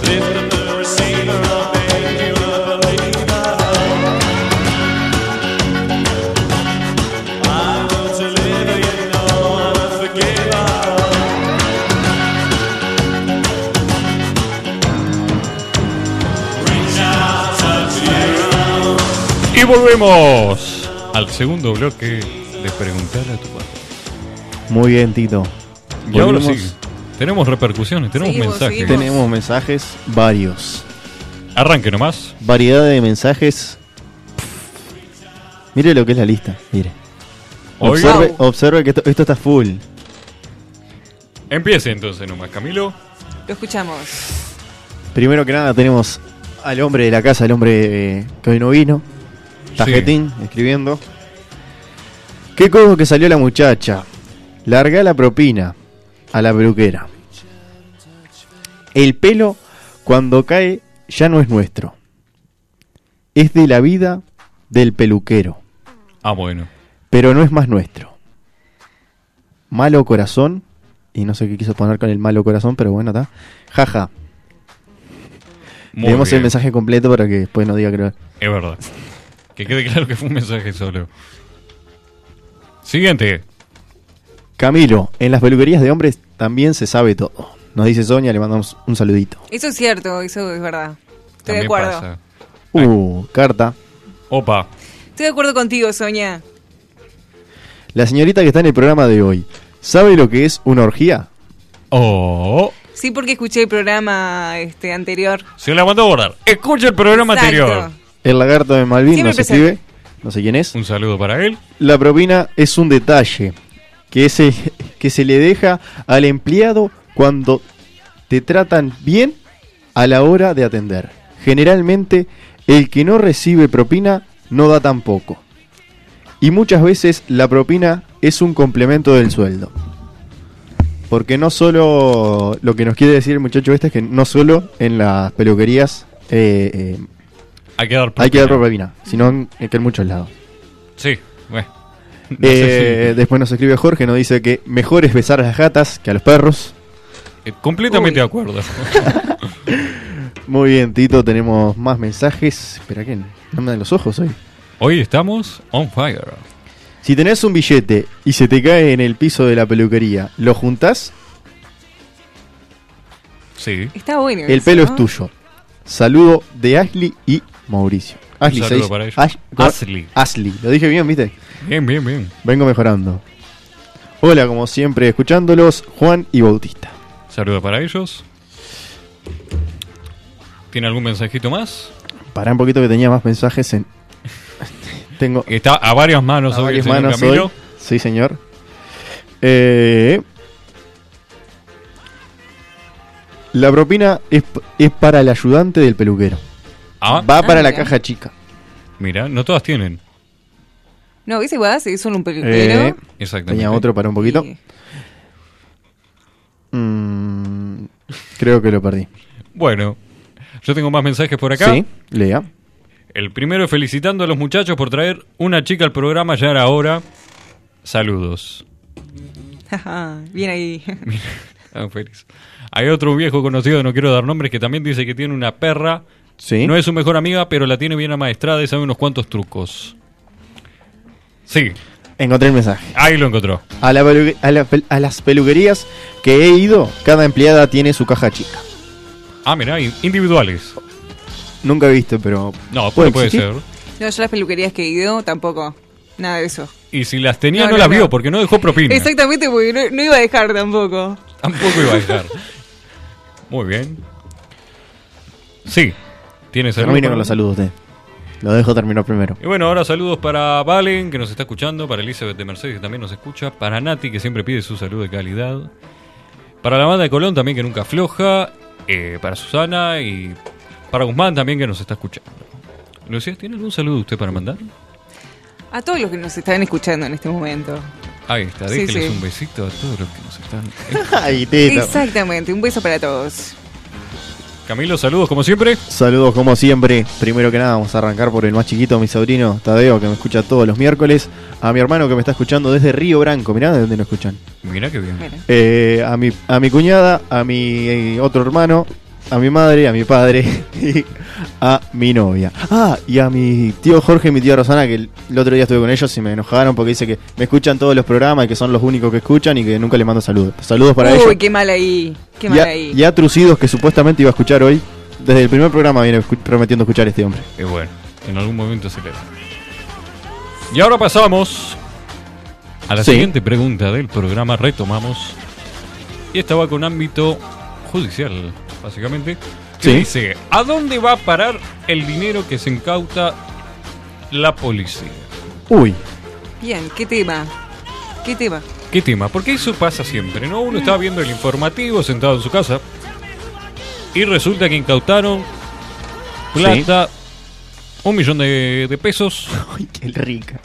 A: Lift up the receiver, I'll make you a believer. I want to live, you know I'm a forgiver. Reach out, touch your own.
B: Y volvemos al segundo bloque de preguntar a tu padre.
C: Muy bien, Tito.
B: Y ahora
C: Volvemos.
B: sí, tenemos repercusiones, tenemos
D: Seguimos,
B: mensajes.
D: seguimos.
C: Tenemos mensajes varios.
B: Arranque nomás.
C: Variedad de mensajes. Pff. Mire lo que es la lista, mire.
B: Oiga.
C: Observe, observe que esto, esto está full.
B: Empiece entonces nomás, Camilo.
D: Lo escuchamos.
C: Primero que nada tenemos al hombre de la casa, al hombre eh, que hoy no vino, Tajetín, escribiendo. Qué codo que salió la muchacha. Larga la propina a la peluquera. El pelo cuando cae ya no es nuestro. Es de la vida del peluquero,
B: Ah, bueno.
C: pero no es más nuestro. Malo corazón. Y no sé qué quiso poner con el malo corazón, pero bueno, está. Jaja.
B: Muy
C: Leemos
B: bien.
C: el mensaje completo para que después no diga que lo-
B: Es verdad. Que quede claro que fue un mensaje solo. Siguiente.
C: Camilo, en las peluquerías de hombres también se sabe todo. Nos dice Sonia, le mandamos un saludito.
D: Eso es cierto, eso es verdad. Estoy de
B: También
D: acuerdo.
B: pasa.
C: Uh, carta.
B: Opa.
D: Estoy de acuerdo contigo, Soña.
C: La señorita que está en el programa de hoy, ¿sabe lo que es una orgía?
B: Oh.
D: Sí, porque escuché el programa este anterior.
B: Se la mandó a borrar. Escucha el programa
D: Exacto.
B: anterior.
C: El lagarto de Malvin
D: Siempre
C: nos
D: presente.
C: escribe, no sé quién es.
B: Un saludo para él.
C: La propina es un detalle que, ese, que se le deja al empleado cuando te tratan bien a la hora de atender. Generalmente, el que no recibe propina no da tampoco. Y muchas veces la propina es un complemento del sueldo. Porque no solo lo que nos quiere decir el muchacho este es que no solo en las peluquerías eh, eh,
B: Hay que dar
C: hay que dar
B: propina.
C: propina, sino en- que en muchos lados.
B: Sí, bueno. No
C: Eh,
B: sé si-
C: Después nos escribe Jorge, nos dice que mejor es besar a las gatas que a los perros.
B: eh, completamente
D: Uy.
B: de acuerdo.
C: Muy bien, Tito, tenemos más mensajes. Espera, ¿quién? No me dan los ojos hoy.
B: Hoy estamos on fire.
C: Si tenés un billete y se te cae en el piso de la peluquería, ¿lo juntás?
B: Sí.
D: Está bueno.
C: El
D: eso,
C: pelo
D: ¿no?
C: es tuyo. Saludo de Ashley y Mauricio. Ashley
B: saludo
C: seis-
B: para ellos.
C: Ash- cor-
B: Ashley.
C: Ashley, lo dije bien, ¿viste?
B: Bien, bien, bien.
C: Vengo mejorando. Hola, como siempre, escuchándolos, Juan y Bautista.
B: Saludo para ellos. ¿Tiene algún mensajito más?
C: Pará un poquito que tenía más mensajes en. Tengo.
B: Está a varias manos
C: A
B: hoy el
C: varias
B: señor
C: manos
B: Camilo.
C: hoy. Sí, señor. Eh, la propina es, es para el ayudante del peluquero.
B: Ah,
C: Va para la
D: mira.
C: caja chica.
B: mira, no todas tienen.
D: No, ese Guadalajara es solo un peluquero.
C: Eh,
B: Exactamente.
C: tenía otro para un poquito.
D: Y-
C: Mm, creo que lo perdí.
B: Bueno, yo tengo más mensajes por acá.
C: Sí, lea.
B: El primero es felicitando a los muchachos por traer una chica al programa, ya era hora. Saludos.
D: Ajá, Bien ahí.
B: Ah, feliz. Hay otro viejo conocido, no quiero dar nombres, que también dice que tiene una perra.
C: Sí.
B: No es su mejor amiga, pero la tiene bien amaestrada y sabe unos cuantos trucos. Sí,
C: Encontré el mensaje.
B: ahí lo encontró.
C: A, la pelu- a la pel- a las peluquerías que he ido, cada empleada tiene su caja chica.
B: Ah, mirá, in- individuales.
C: Nunca he visto, pero.
B: No, puede, puede
C: existir?
B: ser.
D: No, yo las peluquerías que he ido tampoco. Nada de eso.
B: Y si las tenía, no,
D: No, no,
B: las
D: no.
B: vio porque no dejó propina.
D: Exactamente, porque no, no iba a dejar tampoco.
B: Tampoco iba a dejar. Muy bien. Sí, tiene saludos.
C: Termine con los saludos de. Lo dejo terminar primero.
B: Y bueno, ahora saludos para Valen, que nos está escuchando, para Elizabeth de Mercedes, que también nos escucha, para Nati, que siempre pide su salud de calidad, para la banda de Colón, también que nunca afloja, eh, para Susana y para Guzmán, también que nos está escuchando. Lucía, ¿tiene algún saludo usted para mandar?
D: A todos los que nos están escuchando en este momento.
B: Ahí está,
D: Sí,
B: déjenles
D: sí.
B: un besito a todos los que nos están.
C: Ay, Tito.
D: Exactamente, un beso para todos.
B: Camilo, saludos como siempre.
C: Saludos como siempre. Primero que nada vamos a arrancar por el más chiquito, mi sobrino Tadeo, que me escucha todos los miércoles. A mi hermano que me está escuchando desde Río Branco, mirá de dónde lo escuchan.
B: Mirá que bien.
D: Mira.
C: Eh, a, mi, a mi cuñada, a mi eh, otro hermano, a mi madre, a mi padre y a mi novia. Ah, y a mi tío Jorge y mi tía Rosana, que el, el otro día estuve con ellos y me enojaron porque dice que me escuchan todos los programas y que son los únicos que escuchan y que nunca les mando saludos. Saludos para
D: Uy,
C: ellos.
D: qué mal ahí. Qué
C: y,
D: mal
C: a,
D: ahí.
C: y a Trucidos, que supuestamente iba a escuchar hoy. Desde el primer programa viene escu- prometiendo escuchar este hombre.
B: Es bueno, en algún momento se le da. Y ahora pasamos a la
C: Sí.
B: siguiente pregunta del programa, retomamos. Y esta va con ámbito judicial, básicamente. Que
C: Sí.
B: Dice, ¿a dónde va a parar el dinero que se incauta la policía?
C: Uy,
D: Bien, qué tema. ¿Qué tema?
B: ¿Qué tema? Porque eso pasa siempre, ¿no? Uno está viendo el informativo sentado en su casa y resulta que incautaron plata, un millón de- de pesos,
C: uy, qué rica.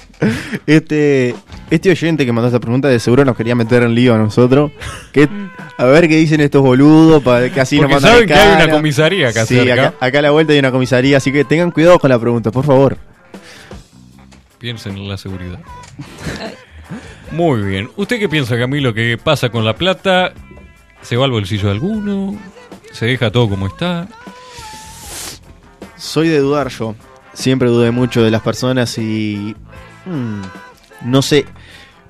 C: Este, este oyente que mandó esta pregunta de seguro nos quería meter en lío a nosotros. Que,
D: Mm.
C: a ver qué dicen estos boludos para que así
B: Porque
C: nos mandan
B: saben que hay
C: escala.
B: una comisaría acá
C: sí,
B: cerca.
C: Acá, acá a la vuelta hay una comisaría, así que tengan cuidado con la pregunta, por favor.
B: Piensen en la seguridad. Muy bien. ¿Usted qué piensa, Camilo, que pasa con la plata? ¿Se va al bolsillo de alguno? ¿Se deja todo como está?
C: Soy de dudar yo. Siempre dudé mucho de las personas y. mm, no sé.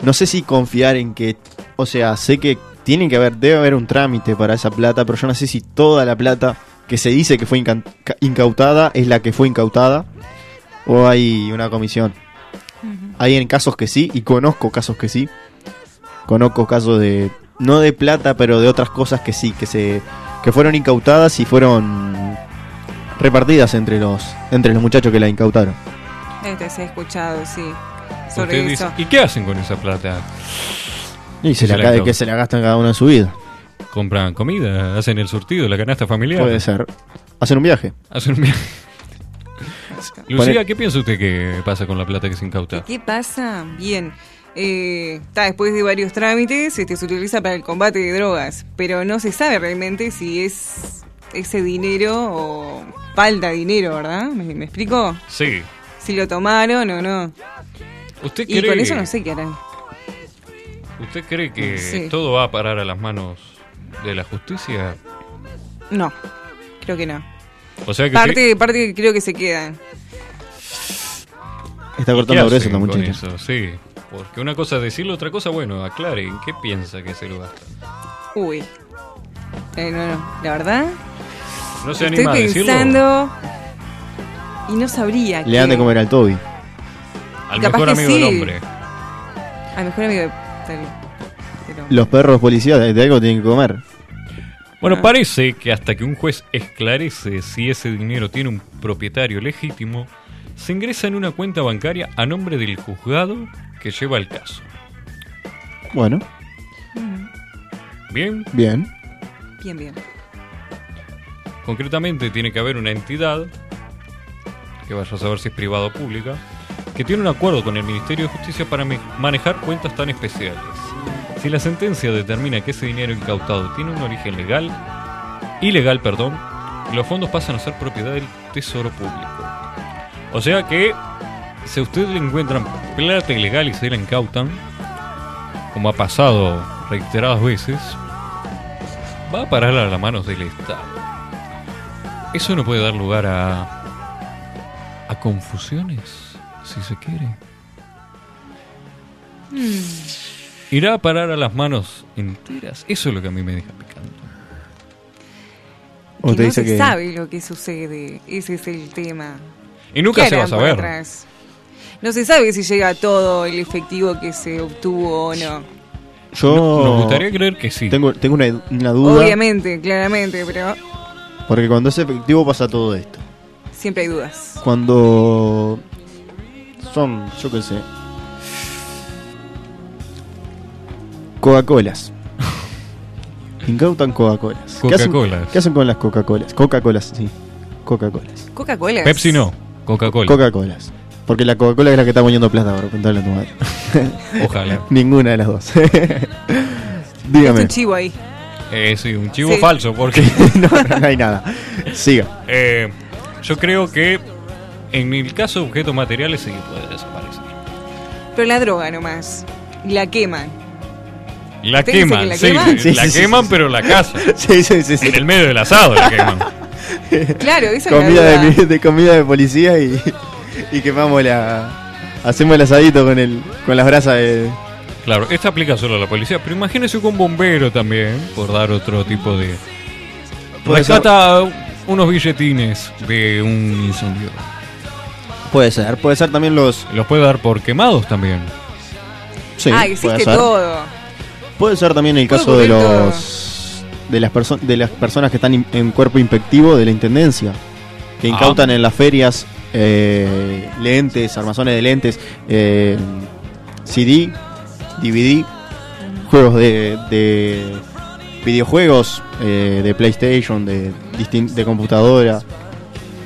C: No sé si confiar en que. O sea, sé que tienen que haber. Debe haber un trámite para esa plata, pero yo no sé si toda la plata que se dice que fue incan- ca- incautada es la que fue incautada. O hay una comisión. Hay en casos que sí, y conozco casos que sí. Conozco casos de. No de plata, pero de otras cosas que sí, que se. que fueron incautadas y fueron repartidas entre los entre los muchachos que la incautaron.
D: Eh, Te he escuchado, sí. Sobre
B: Usted dice,
D: eso.
B: ¿Y qué hacen con esa plata?
C: Y se,
B: Se
C: la,
B: la
C: ca-
B: incautó.
C: que se la gastan cada uno en su vida.
B: ¿Compran comida? ¿Hacen el surtido, la canasta familiar?
C: Puede ser. Hacen un viaje.
B: ¿Hacen un viaje? Lucía,
C: Pone-
B: ¿qué piensa usted que pasa con la plata que se incauta?
D: ¿Qué pasa? Bien. Eh, está, después de varios trámites, este, se utiliza para el combate de drogas, pero no se sabe realmente si es ese dinero o falta dinero, ¿verdad? ¿Me, me explico?
B: Sí.
D: Si lo tomaron o no.
B: ¿Usted
D: Y
B: cree,
D: con eso no sé qué harán.
B: ¿Usted cree que
D: Sí.
B: todo va a parar a las manos de la justicia?
D: No, creo que no.
B: O sea que usted-
D: Parte, parte creo que se quedan.
B: ¿Qué
C: Está cortando grueso
B: hacen
C: esta
B: con
C: muchacha.
B: eso? Sí, porque una cosa es decirlo, otra cosa, bueno, aclaren, ¿qué piensa que se lo gastan?
D: Uy. Eh, no, no, la verdad.
B: No se
D: Estoy
B: anima a decirlo.
D: pensando. Y no sabría.
C: Le dan de
D: qué.
C: comer al Toby.
B: Al
D: Capaz
B: mejor
D: que
B: amigo
D: sí.
B: del hombre.
D: A mejor amigo de. tal vez. Pero-
C: Los perros policías de de algo tienen que comer.
B: Bueno, parece que hasta que un juez esclarece si ese dinero tiene un propietario legítimo, se ingresa en una cuenta bancaria a nombre del juzgado que lleva el caso.
C: Bueno,
B: Bien,
C: bien.
D: Bien, bien.
B: concretamente tiene que haber una entidad, que vaya a saber si es privada o pública, que tiene un acuerdo con el Ministerio de Justicia para me- manejar cuentas tan especiales. Si la sentencia determina que ese dinero incautado tiene un origen legal, ilegal, perdón, los fondos pasan a ser propiedad del Tesoro Público. O sea que, si a ustedes le encuentran plata ilegal y se la incautan, como ha pasado reiteradas veces, va a parar a las manos del Estado. Eso no puede dar lugar a. a confusiones, si se quiere.
D: Hmm.
B: Irá a parar a las manos enteras. Eso es lo que a mí me deja picando.
C: O
D: que
C: te
D: no
C: dice
D: se
C: que-
D: sabe lo que sucede. Ese es el tema.
B: Y nunca
D: ¿Qué
B: se va a
D: harán por
B: saber.
D: atrás? No se sabe si llega todo el efectivo que se obtuvo o no.
C: Yo
B: Nos gustaría creer que sí.
C: tengo, tengo una, una duda.
D: Obviamente, claramente, pero
C: Porque cuando es efectivo pasa todo esto.
D: siempre hay dudas.
C: Cuando son, yo qué sé, Coca-Colas. Incautan Coca-Colas. ¿Qué hacen-
B: Coca-Colas.
C: ¿Qué hacen con las Coca-Colas? Coca-Colas, sí. Coca-Colas.
D: Coca-Cola.
B: Pepsi no, Coca-Cola.
C: Coca-Colas. Porque la Coca-Cola es la que está poniendo plata ahora, contarle a tu madre.
B: Ojalá.
C: Ninguna de las dos.
D: Es
C: Dígame.
D: un chivo ahí.
B: Eh, sí, un chivo
D: Sí.
B: falso, porque
C: no, no hay nada. Siga.
B: eh, yo creo que en el caso de objetos materiales sí que puede desaparecer.
D: Pero la droga nomás. La queman.
B: La
D: ¿Usted dice
B: queman,
D: que la
B: sí,
D: queman?
C: Sí,
B: la
C: sí, sí,
B: queman,
C: sí.
B: pero la casa.
C: Sí, sí, sí. sí.
B: En el medio del asado la queman.
D: Claro, eso es
C: comida
D: la
C: de,
D: duda.
C: mi- de comida de policía y, y quemamos la hacemos el asadito con el con las brasas de
B: Claro, esta aplica solo a la policía, pero imagínese que un bombero también, por dar otro tipo de...
C: Puede ser.
B: Rescata unos billetines de un incendio.
C: puede ser puede ser también los
B: Los puede dar por quemados también.
C: sí,
D: ah,
C: puede
D: existe
C: ser
D: todo.
C: puede ser también el
D: Puede
C: caso de
D: ocurrir todo.
C: los de las personas de las personas que están in- en cuerpo impectivo de la intendencia que
B: Ah.
C: incautan en las ferias eh, lentes armazones de lentes eh, CD DVD juegos de, de videojuegos eh, de PlayStation, de, distin- de computadora,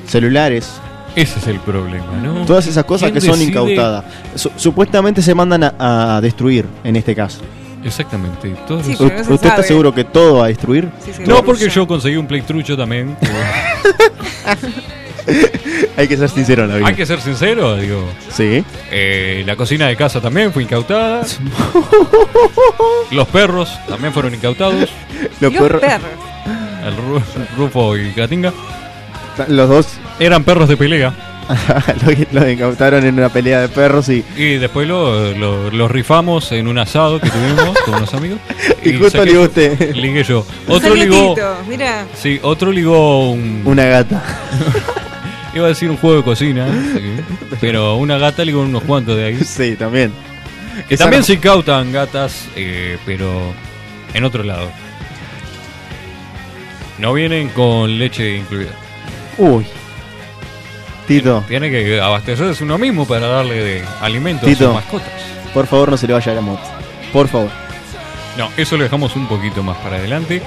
C: celulares,
B: Ese es el problema, ¿no?
C: todas esas cosas
B: ¿Quién
C: que son
B: decide?
C: incautadas. Su- supuestamente se mandan a, a destruir en este caso.
B: Exactamente. todos
D: Sí,
B: los-
D: pero no se
C: ¿Usted está
D: sabe.
C: seguro que todo va a destruir?
D: Sí, se
B: No,
D: usa.
B: porque yo conseguí un play trucho también.
C: Hay que ser sincero en la vida.
B: Hay que ser sincero, digo.
C: Sí.
B: Eh, la cocina de casa también fue incautada. Los perros también fueron incautados.
C: Los,
D: Los
C: perros-
D: perros.
B: El Ru- Rufo y Gatinga.
C: los dos
B: Eran perros de pelea.
C: los, los incautaron en una pelea de perros y,
B: Y después lo- lo- los rifamos en un asado que tuvimos con unos amigos.
C: y justo
B: saqué-
C: ligó usted
B: Ligué yo.
D: Un
B: Otro ligó.
D: gatito, Mira,
B: Sí, otro ligó un.
C: una gata.
B: Iba a decir un juego de cocina. ¿eh? sí, pero una gata ligó unos cuantos de ahí.
C: Sí, también.
B: Que
C: Esa
B: también
C: no-
B: se incautan gatas, eh, pero en otro lado. No vienen con leche incluida.
C: Uy. Tito,
B: Tiene que abastecerse uno mismo para darle de alimentos a
C: Tito.
B: sus mascotas.
C: por favor no se le vaya la moto. Por favor.
B: No, eso lo dejamos un poquito más para adelante.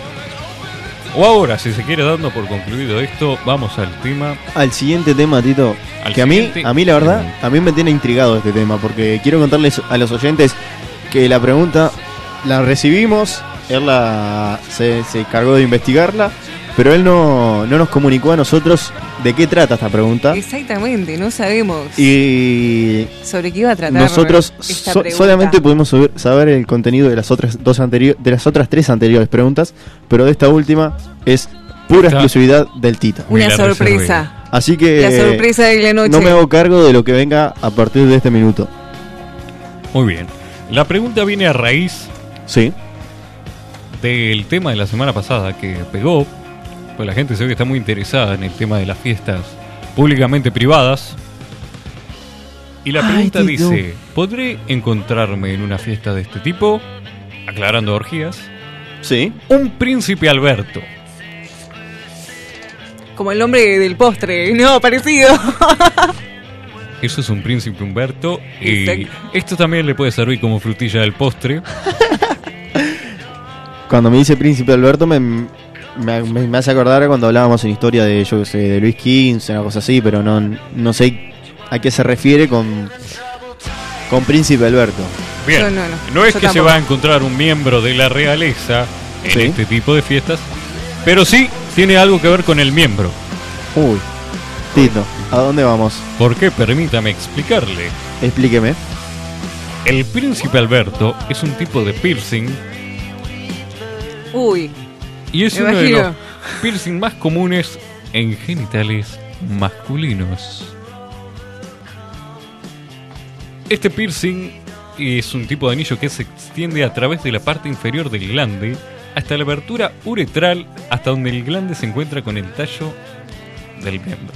B: O ahora, si se quiere dando por concluido esto, vamos al tema.
C: al siguiente tema, Tito.
B: Al
C: que a mí,
B: siguiente Mm.
C: a mí, la verdad, a mí me tiene intrigado este tema, porque quiero contarles a los oyentes que la pregunta la recibimos, él la, se, se encargó de investigarla, pero él no, no nos comunicó a nosotros de qué trata esta pregunta.
D: exactamente, no sabemos
C: ¿Ah? Y
D: sobre qué iba a tratar.
C: nosotros
D: esta
C: so-
D: pregunta.
C: solamente pudimos subir- saber el contenido de las otras dos anteriores, de las otras tres anteriores preguntas, pero de esta última es pura
B: Está.
C: exclusividad del Tito.
D: Una
B: Me la
D: sorpresa.
C: Así que
D: La sorpresa de la noche.
C: Eh, no me hago cargo de lo que venga a partir de este minuto.
B: Muy bien. La pregunta viene a raíz
C: Sí.
B: del tema de la semana pasada que pegó, pues la gente se ve que está muy interesada en el tema de las fiestas públicamente privadas. Y la
C: Ay,
B: pregunta
C: Dios.
B: dice, ¿podré encontrarme en una fiesta de este tipo? Aclarando orgías.
C: Sí.
B: Un príncipe Alberto.
D: Como el nombre del postre, no, parecido.
B: Eso es un príncipe Humberto. Y
D: Exacto.
B: esto también le puede servir como frutilla del postre.
C: Cuando me dice Príncipe Alberto me, me, me- me hace acordar a cuando hablábamos en historia de, yo qué sé, de Luis XV, una cosa así, pero no, no sé a qué se refiere con, con Príncipe Alberto.
B: Bien,
D: No, no, no.
B: es
D: Yo
B: que se
D: tampoco.
B: va a encontrar un miembro de la realeza en
C: Sí.
B: este tipo de fiestas, pero sí tiene algo que ver con el miembro.
C: Uy, Tito, ¿a dónde vamos?
B: ¿Por qué? Permítame explicarle.
C: Explíqueme.
B: El príncipe Alberto es un tipo de piercing
D: Uy,
B: y es
D: Me
B: uno de
D: imagino.
B: los piercing más comunes en genitales masculinos. Este piercing es un tipo de anillo que se extiende a través de la parte inferior del glande hasta la abertura uretral, hasta donde el glande se encuentra con el tallo del miembro.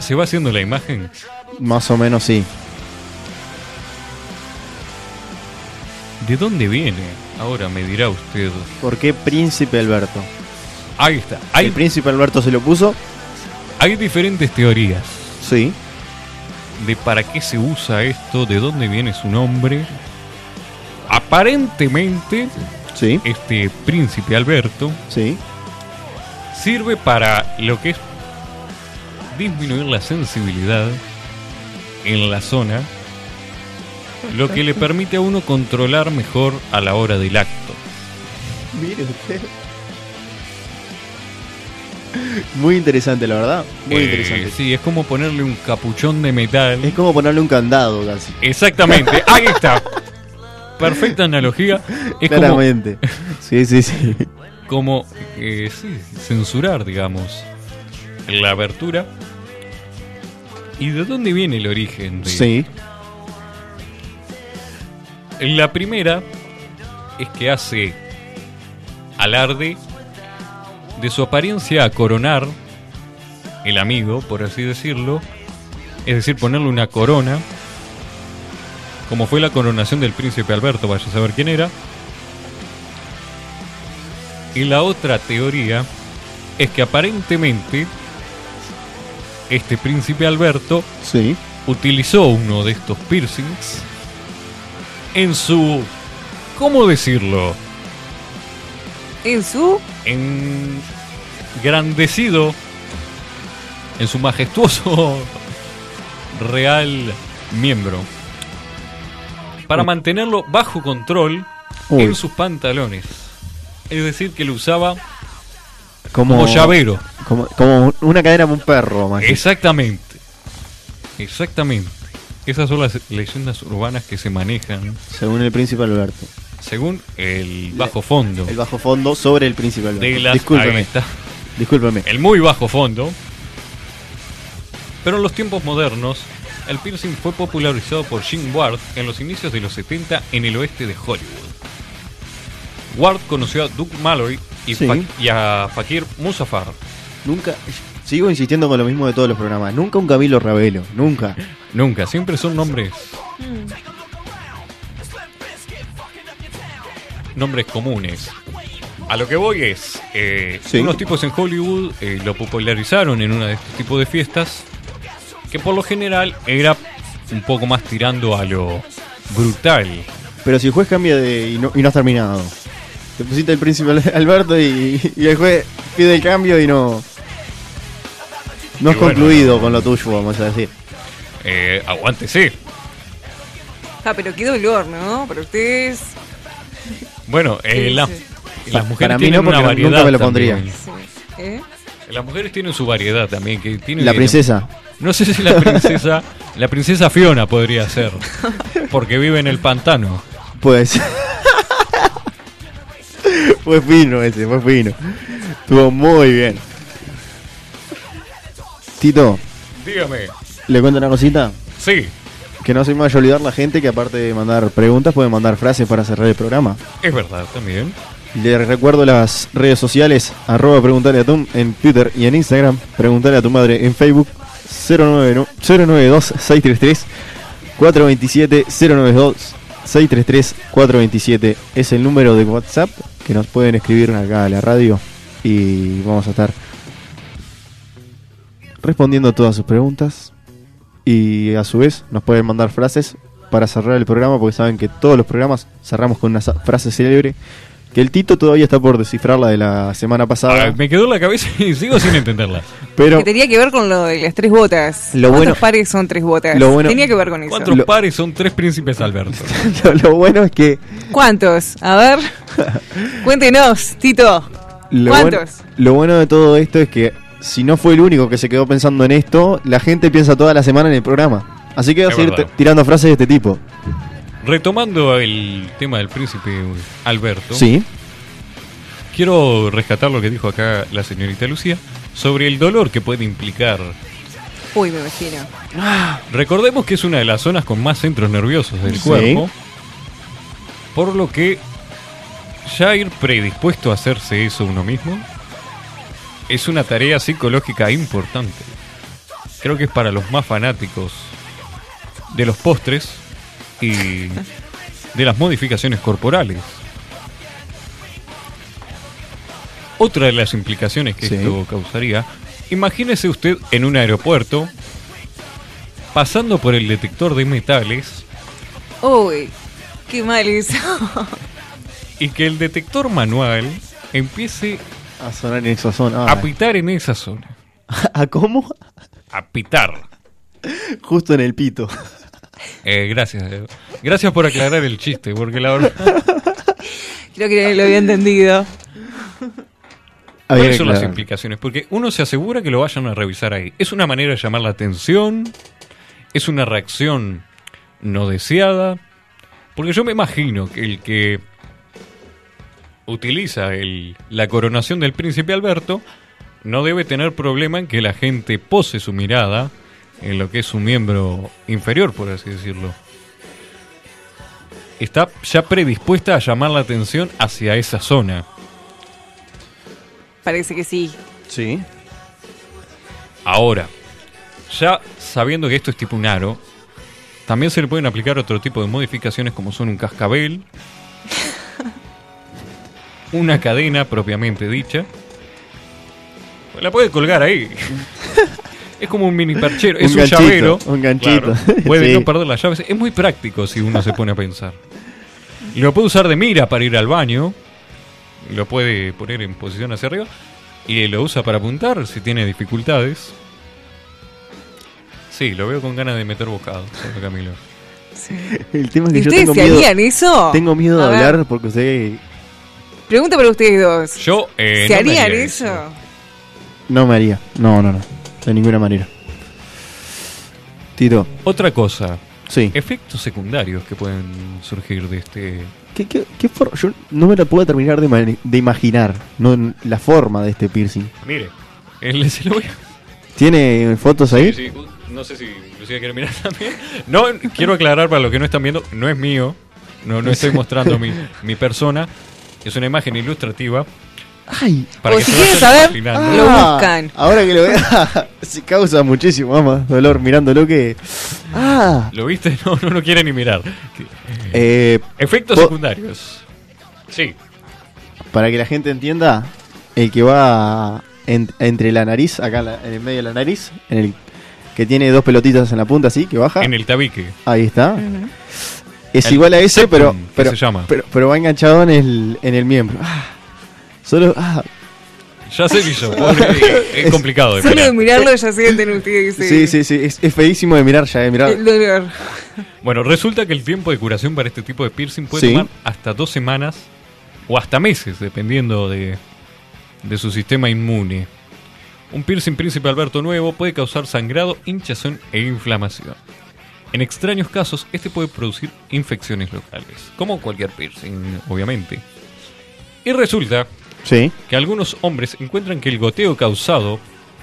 B: ¿Se va haciendo la imagen?
C: Más o menos sí.
B: ¿De dónde viene? Ahora me dirá usted.
C: ¿Por qué Príncipe Alberto?
B: Ahí está.
C: ¿El
B: Hay,
C: Príncipe Alberto se lo puso?
B: hay diferentes teorías
C: Sí.
B: de para qué se usa esto, de dónde viene su nombre. Aparentemente,
C: Sí.
B: este príncipe Alberto
C: Sí.
B: sirve para lo que es disminuir la sensibilidad en la zona, lo que le permite a uno controlar mejor a la hora del acto.
C: Mire usted. Muy interesante, la verdad. Muy
B: Eh,
C: interesante.
B: Sí, es como ponerle un capuchón de metal.
C: Es como ponerle un candado casi.
B: Exactamente, ahí está. Perfecta analogía. Es como,
C: Claramente. Sí, sí, sí.
B: como eh, sí, censurar, digamos, la abertura. ¿Y de dónde viene el origen? de-
C: Sí.
B: La primera es que hace alarde de su apariencia a coronar el amigo, por así decirlo, es decir, ponerle una corona, como fue la coronación del príncipe Alberto, vaya a saber quién era. Y la otra teoría es que aparentemente este príncipe Alberto
C: Sí.
B: utilizó uno de estos piercings en su... ¿Cómo decirlo?
D: en su.
B: Engrandecido, en su majestuoso real miembro. Para mantenerlo bajo control
C: Uy.
B: en sus pantalones. Es decir, que lo usaba
C: Como,
B: como llavero.
C: Como, como una cadena de un perro, más.
B: Exactamente. Exactamente. Esas son las leyendas urbanas que se manejan
C: Según el Príncipe Alberto.
B: según el bajo fondo.
C: El bajo fondo sobre el Príncipe Alberto.
B: de las, ahí
C: discúlpeme,
B: está. Eh.
C: discúlpeme.
B: El muy bajo fondo. Pero en los tiempos modernos, el piercing fue popularizado por Jim Ward en los inicios de los 70 en el oeste de Hollywood. Ward conoció a Duke Mallory y,
C: Sí.
B: Fa- y a Fakir Muzaffar.
C: Nunca. Sigo insistiendo con lo mismo de todos los programas. Nunca un Camilo Ravelo. Nunca.
B: Nunca, siempre son nombres.
D: Hmm.
B: Nombres comunes. A lo que voy es, eh,
C: Sí.
B: unos tipos en Hollywood eh, lo popularizaron en una de estos tipos de fiestas, que por lo general era un poco más tirando a lo brutal.
C: Pero si el juez cambia de. y no, y no has terminado. Te pusiste el Príncipe Al- Alberto y, y el juez pide el cambio y no. No
B: Y
C: has
B: bueno,
C: concluido con lo tuyo, vamos a decir.
B: Eh, aguántese.
D: Ah, pero qué dolor, ¿no? Para ustedes.
B: Bueno, eh,
D: Sí,
B: la-
D: sí.
B: las mujeres
C: para mí
B: tienen
C: no,
B: una
C: porque
B: variedad.
C: nunca me lo pondría.
B: también.
D: sí, ¿eh?
B: Las mujeres tienen su variedad también. Que tiene
C: La
B: que-
C: princesa.
B: No sé si la princesa. la princesa Fiona podría ser. Porque vive en el pantano.
C: Pues. fue fino ese, fue fino. Estuvo muy bien. Tito,
B: Dígame.
C: le cuento una cosita.
B: Sí,
C: Que no se me vaya a olvidar la gente que aparte de mandar preguntas puede mandar frases para cerrar el programa.
B: es verdad también.
C: Les recuerdo las redes sociales, arroba preguntarle a Tom en Twitter y en Instagram, preguntarle a tu madre en Facebook, 092-633-427-092-633-427 es el número de WhatsApp que nos pueden escribir acá a la radio y vamos a estar respondiendo todas sus preguntas y a su vez nos pueden mandar frases para cerrar el programa porque saben que todos los programas cerramos con una sa- frase célebre Que el Tito todavía está por descifrar la de la semana
B: Ahora,
C: pasada.
B: me quedó en la cabeza y sigo sin entenderla.
C: Pero
D: Que tenía que ver con lo de las tres botas.
C: Lo
D: ¿Cuántos
C: bueno-
D: pares son tres botas?
C: lo bueno-
D: tenía que ver con eso.
B: Cuatro
C: Lo-
B: pares son tres príncipes Alberto.
C: lo- lo bueno es que
D: ¿Cuántos? A ver. Cuéntenos, Tito.
C: Lo
D: ¿Cuántos?
C: Bueno, lo bueno de todo esto es que si no fue el único que se quedó pensando en esto, la gente piensa toda la semana en el programa. Así que voy a
B: Es
C: seguir
B: verdad.
C: t- tirando frases de este tipo.
B: Retomando el tema del príncipe Alberto,
C: Sí.
B: quiero rescatar lo que dijo acá la señorita Lucía sobre el dolor que puede implicar.
D: Uy, me imagino.
B: Recordemos que es una de las zonas con más centros nerviosos del
C: Sí.
B: cuerpo, por lo que ya ir predispuesto a hacerse eso uno mismo es una tarea psicológica importante. Creo que es para los más fanáticos de los postres y de las modificaciones corporales. Otra de las implicaciones que
C: Sí.
B: esto causaría, imagínese usted en un aeropuerto pasando por el detector de metales
D: Uy, qué mal eso.
B: y que el detector manual empiece
C: A sonar en esa zona.
B: a pitar en esa zona.
C: ¿A cómo?
B: A pitar.
C: Justo en el pito.
B: Eh, gracias. eh. Gracias por aclarar el chiste, porque la verdad...
D: Creo que lo había entendido.
C: Había
B: ¿Cuáles
C: que
B: son las
C: aclarar.
B: implicaciones? Porque uno se asegura que lo vayan a revisar ahí. Es una manera de llamar la atención, es una reacción no deseada, porque yo me imagino que el que utiliza el- la coronación del príncipe Alberto no debe tener problema en que la gente pose su mirada en lo que es su miembro inferior, por así decirlo. Está ya predispuesta a llamar la atención hacia esa zona.
D: Parece que sí.
C: Sí.
B: Ahora, ya sabiendo que esto es tipo un aro, también se le pueden aplicar otro tipo de modificaciones como son un cascabel, una cadena propiamente dicha. Pues La puede colgar ahí. Es como un mini perchero, es un
C: Un ganchito,
B: llavero.
C: un ganchito.
B: claro. puede
C: Sí.
B: no perder las llaves. Es muy práctico si uno se pone a pensar. Lo puede usar de mira para ir al baño. Lo puede poner en posición hacia arriba. Y lo usa para apuntar si tiene dificultades. Sí, lo veo con ganas de meter bocado, señor Camilo.
C: El tema es
D: ¿Y
C: que yo
D: ustedes
C: tengo
D: se
C: miedo.
D: harían eso?
C: Tengo miedo de
D: A ver,
C: hablar porque usted
D: Pregunta para ustedes dos.
B: Yo eh,
D: ¿Se
B: no me
D: harían
B: haría
D: eso?
C: no me haría. No, no, no. De ninguna manera. Tito.
B: Otra cosa,
C: Sí.
B: efectos secundarios que pueden surgir de este.
C: ¿Qué, qué- qué for- Yo no me la puedo terminar de, mani- de imaginar. No, la forma de este piercing.
B: Mire, el- Eh, se lo voy a-
C: ¿Tiene fotos ahí?
B: Sí, sí, no sé si Lucía quiere mirar también. No, quiero aclarar para los que no están viendo, no es mío. No, no estoy mostrando mi, mi persona. Es una imagen ilustrativa.
C: Ay, Ah.
B: Para
D: Pues
B: que
D: si
B: se
D: quieres
B: vayan
D: saber,
B: imaginando.
D: lo buscan.
C: Ahora que lo vea, se causa muchísimo más dolor mirándolo que. Ah,
B: ¿Lo viste? No, no lo quiere ni mirar.
C: eh,
B: Efectos
C: Po-
B: secundarios. Sí.
C: para que la gente entienda, el que va en- entre la nariz, acá en la- en el medio de la nariz, en el que tiene dos pelotitas en la punta, así que baja.
B: En el tabique.
C: Ahí está. Es
B: El
C: igual a ese,
B: septum,
C: pero,
B: que
C: pero,
B: se llama.
C: pero pero va enganchado en el, en el miembro. Ah, solo. ah,
B: Ya se hizo. pobre, es, es complicado de
D: Solo de
B: mirar.
D: mirarlo ya sienten ustedes. eh,
C: sí, Ah. sí, sí. Es, es feísimo de mirar ya, eh, de mirar.
D: El dolor.
B: Bueno, resulta que el tiempo de curación para este tipo de piercing puede
C: Sí.
B: tomar hasta dos semanas o hasta meses, dependiendo de, de su sistema inmune. Un piercing príncipe Alberto nuevo puede causar sangrado, hinchazón e inflamación. En extraños casos, este puede producir infecciones locales, como cualquier piercing, obviamente. Y resulta
C: Sí.
B: que algunos hombres encuentran que el goteo causado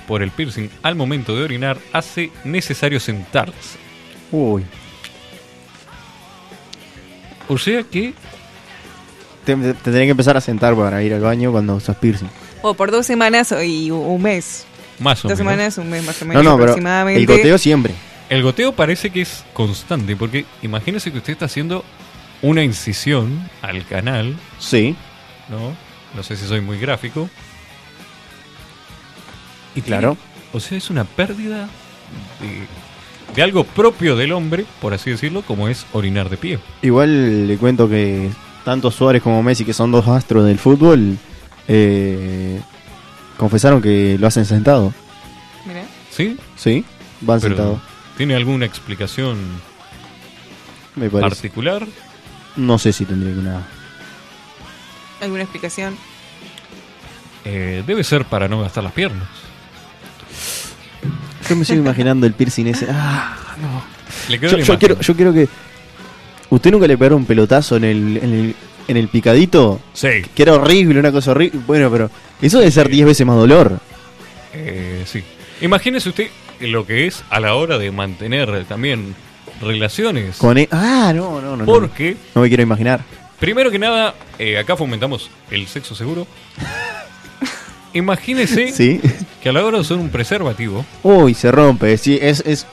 B: por el piercing al momento de orinar hace necesario sentarse.
C: Uy.
B: O sea que
C: Te, te tenés que empezar a sentar para ir al baño cuando usas piercing.
D: O por dos semanas o- y u- un mes.
B: Más o
D: Dos
B: menos.
D: semanas, un mes más o
C: No,
D: menos
C: no, pero
D: aproximadamente.
C: el goteo siempre.
B: El goteo parece que es constante, porque imagínese que usted está haciendo una incisión al canal,
C: Sí.
B: ¿no? No sé si soy muy gráfico.
C: Y claro.
B: O sea, es una pérdida de, de algo propio del hombre, por así decirlo, como es orinar de pie.
C: Igual le cuento que tanto Suárez como Messi, que son dos astros del fútbol, eh, confesaron que lo hacen sentado.
D: Mirá.
B: ¿Sí?
C: Sí, van
B: Pero,
C: sentados,
B: ¿Tiene alguna explicación
C: me parece.
B: particular?
C: No sé si tendría que nada.
D: ¿Alguna explicación?
B: Eh, debe ser para no gastar las piernas.
C: Yo me sigo imaginando el piercing ese. Ah,
B: Le quedó
C: yo,
B: la
C: yo
B: imagen.
C: quiero, yo quiero que. ¿Usted nunca le pegaron un pelotazo en el, en el, en el picadito?
B: Sí,
C: Que era horrible, una cosa horrible. Bueno, pero eso debe ser 10 veces más dolor.
B: eh, sí. Imagínese usted lo que es a la hora de mantener también relaciones.
C: Con e- Ah, no, no, no. no.
B: porque
C: No me quiero imaginar.
B: Primero que nada, eh, acá fomentamos el sexo seguro. Imagínese
C: Sí.
B: que a la hora de usar un preservativo
C: Uy, se rompe. Sí, es. es...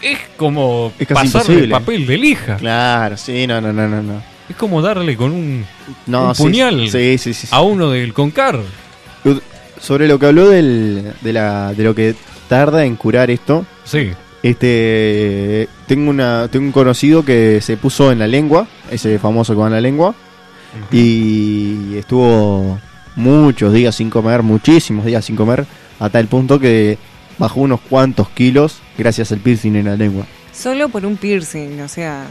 B: es como
C: Es casi
B: pasarle
C: imposible.
B: papel de lija.
C: Claro, sí, no, no, no, no. no.
B: Es como darle con un,
C: No,
B: un
C: sí,
B: puñal
C: Sí, sí, sí. sí.
B: a uno del Concar.
C: Sobre lo que habló del, de, la, de lo que tarda en curar esto,
B: Sí,
C: Este tengo una tengo un conocido que se puso en la lengua, ese famoso que va en la lengua y estuvo muchos días sin comer, muchísimos días sin comer, hasta el punto que bajó unos cuantos kilos gracias al piercing en la lengua.
D: Solo por un piercing, o sea.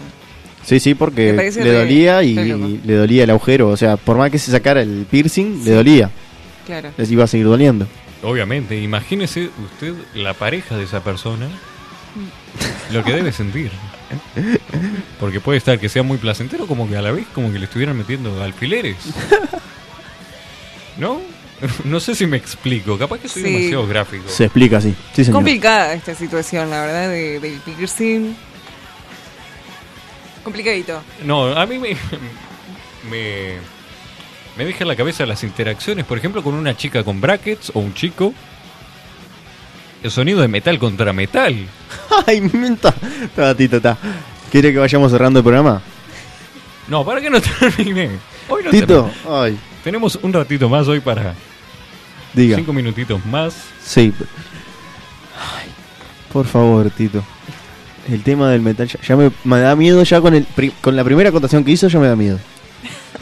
C: Sí, sí,
D: Me
C: porque
D: parece
C: le
D: re-
C: dolía
D: re loco.
C: y le dolía el agujero, o sea, por más que se sacara el piercing, le dolía,
D: Claro.
C: les iba a seguir doliendo.
B: obviamente. Imagínese usted la pareja de esa persona, lo que debe sentir. Porque puede estar que sea muy placentero, como que a la vez como que le estuvieran metiendo alfileres. ¿No? No sé si me explico, capaz que soy
D: Sí.
B: demasiado gráfico.
C: Se explica así. Sí, señor.
D: Complicada esta situación, la verdad, de- del piercing. Complicadito.
B: No, a mí me, me, me deja en la cabeza las interacciones, por ejemplo, con una chica con brackets o un chico. El sonido de metal contra metal.
C: Ay, menta. Ta, tita, ta. ¿Quiere que vayamos cerrando el programa?
B: No, ¿para qué no terminé? Hoy no
C: Tito,
B: terminé.
C: ay,
B: Tenemos un ratito más hoy para
C: diga.
B: cinco minutitos más.
C: Sí. Ay, por favor, Tito. El tema del metal ya, ya me, me da miedo ya con el pri- con la primera acotación que hizo ya me da miedo.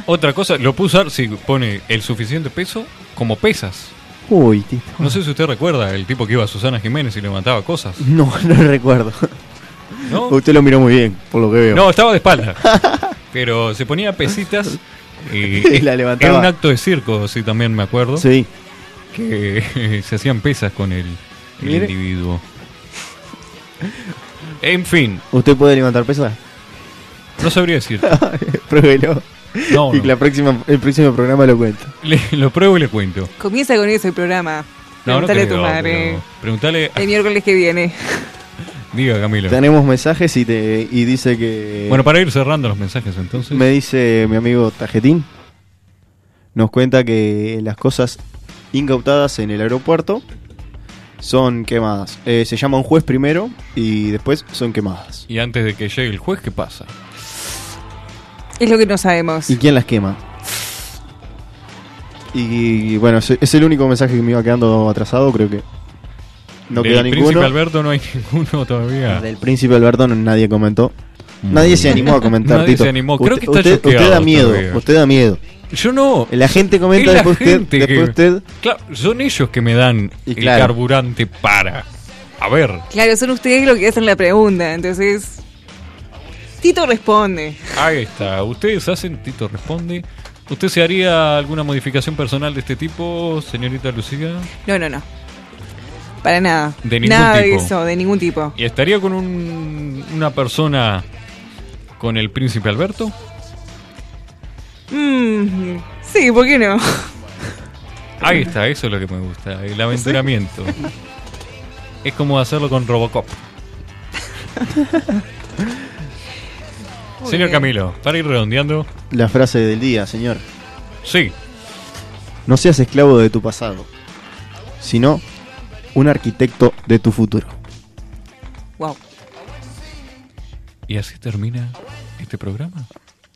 B: Otra cosa, lo puedo usar si pone el suficiente peso como pesas.
C: Uy, Tito.
B: No sé si usted recuerda el tipo que iba a Susana Jiménez y levantaba cosas.
C: No, no recuerdo.
B: ¿No?
C: Usted lo miró muy bien, por lo que veo.
B: No, estaba de espalda. Pero se ponía pesitas y
C: Y la levantaba.
B: Era un acto de circo, sí, también me acuerdo.
C: Sí.
B: Que se hacían pesas con el, el
C: Mire.
B: individuo. En fin,
C: ¿Usted puede levantar pesas?
B: no sabría decir.
C: Pruébelo.
B: No,
C: Y
B: no.
C: que la próxima, el próximo programa lo cuento.
B: Le- lo pruebo y le cuento.
D: Comienza con eso el programa.
B: No, no
D: Preguntale a
B: creo,
D: tu madre.
B: pero Preguntale.
D: El miércoles que viene.
B: Diga, Camilo.
C: Tenemos mensajes y te y dice que
B: Bueno, para ir cerrando los mensajes entonces.
C: Eh, Me dice mi amigo Tajetín. Nos cuenta que las cosas incautadas en el aeropuerto son quemadas. Eh, se llama un juez primero y después son quemadas.
B: Y antes de que llegue el juez, ¿qué pasa?
D: Es lo que no sabemos.
C: ¿Y quién las quema? Y, bueno, es- es el único mensaje que me iba quedando atrasado, creo que. No
B: Del
C: queda
B: príncipe
C: ninguno.
B: Alberto no hay ninguno todavía.
C: Del príncipe Alberto no- nadie comentó.
B: Muy
C: Nadie
B: bien.
C: se animó a comentar,
B: Nadie
C: Tito.
B: se animó. Creo
C: usted,
B: que está
C: usted- usted da
B: choqueado
C: miedo,
B: todavía.
C: usted da miedo.
B: Yo no.
C: La gente comenta
B: Es la
C: después usted,
B: gente
C: después
B: que-
C: usted.
B: Claro, son ellos que me dan
C: Y
B: el
C: claro.
B: carburante para. A ver,
D: Claro, son ustedes los que hacen la pregunta, entonces. Tito responde.
B: ahí está. Ustedes hacen, Tito responde. ¿Usted se haría alguna modificación personal de este tipo, señorita Lucía?
D: No, no, no. Para nada.
B: De ningún
D: nada
B: tipo.
D: de eso, de ningún tipo.
B: ¿Y estaría con un- una persona con el príncipe Alberto?
D: Mm, sí, ¿por qué no?
B: Ahí está, eso es lo que me gusta, el aventuramiento. Es como hacerlo con Robocop.
D: Muy
B: Señor
D: bien.
B: Camilo, para ir redondeando,
C: La frase del día, señor.
B: sí,
C: No seas esclavo de tu pasado, sino un arquitecto de tu futuro.
D: Wow.
B: y así termina este programa.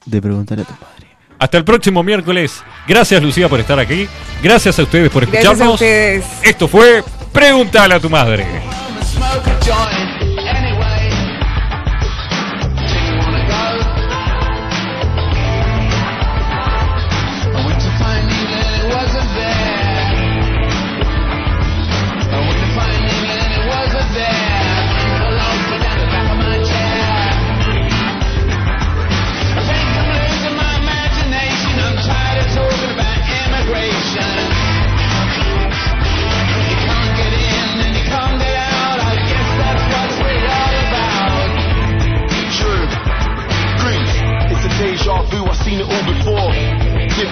C: De preguntar a tu padre.
B: Hasta el próximo miércoles. Gracias Lucía por estar aquí. Gracias a ustedes por
D: Gracias a
B: escucharnos.
D: ustedes.
B: Esto fue Pregúntale a tu madre.
F: wanna smoke a joint anyway. Do you wanna go?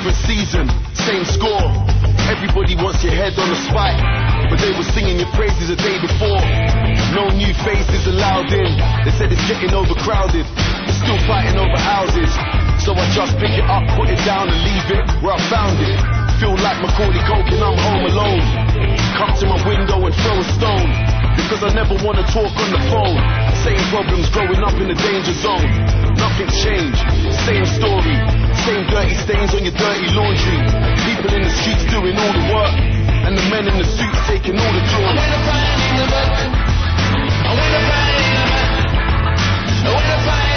G: prison, same score. Everybody wants your head on a spike, but they were singing your praises the day before. No new faces allowed in. They said it's getting overcrowded. They're still fighting over houses. So I just pick it up, put it down, and leave it where I found it. Feel like Macaulay Culkin, I'm home alone. Come to my window and throw a stone. Because I never wanna talk on the phone. Same problems growing up in the danger zone. Nothing changed, same story. Same dirty stains on your dirty laundry. People in the streets doing all the work. And the men in the suits taking all the jewelry.
F: I wanna find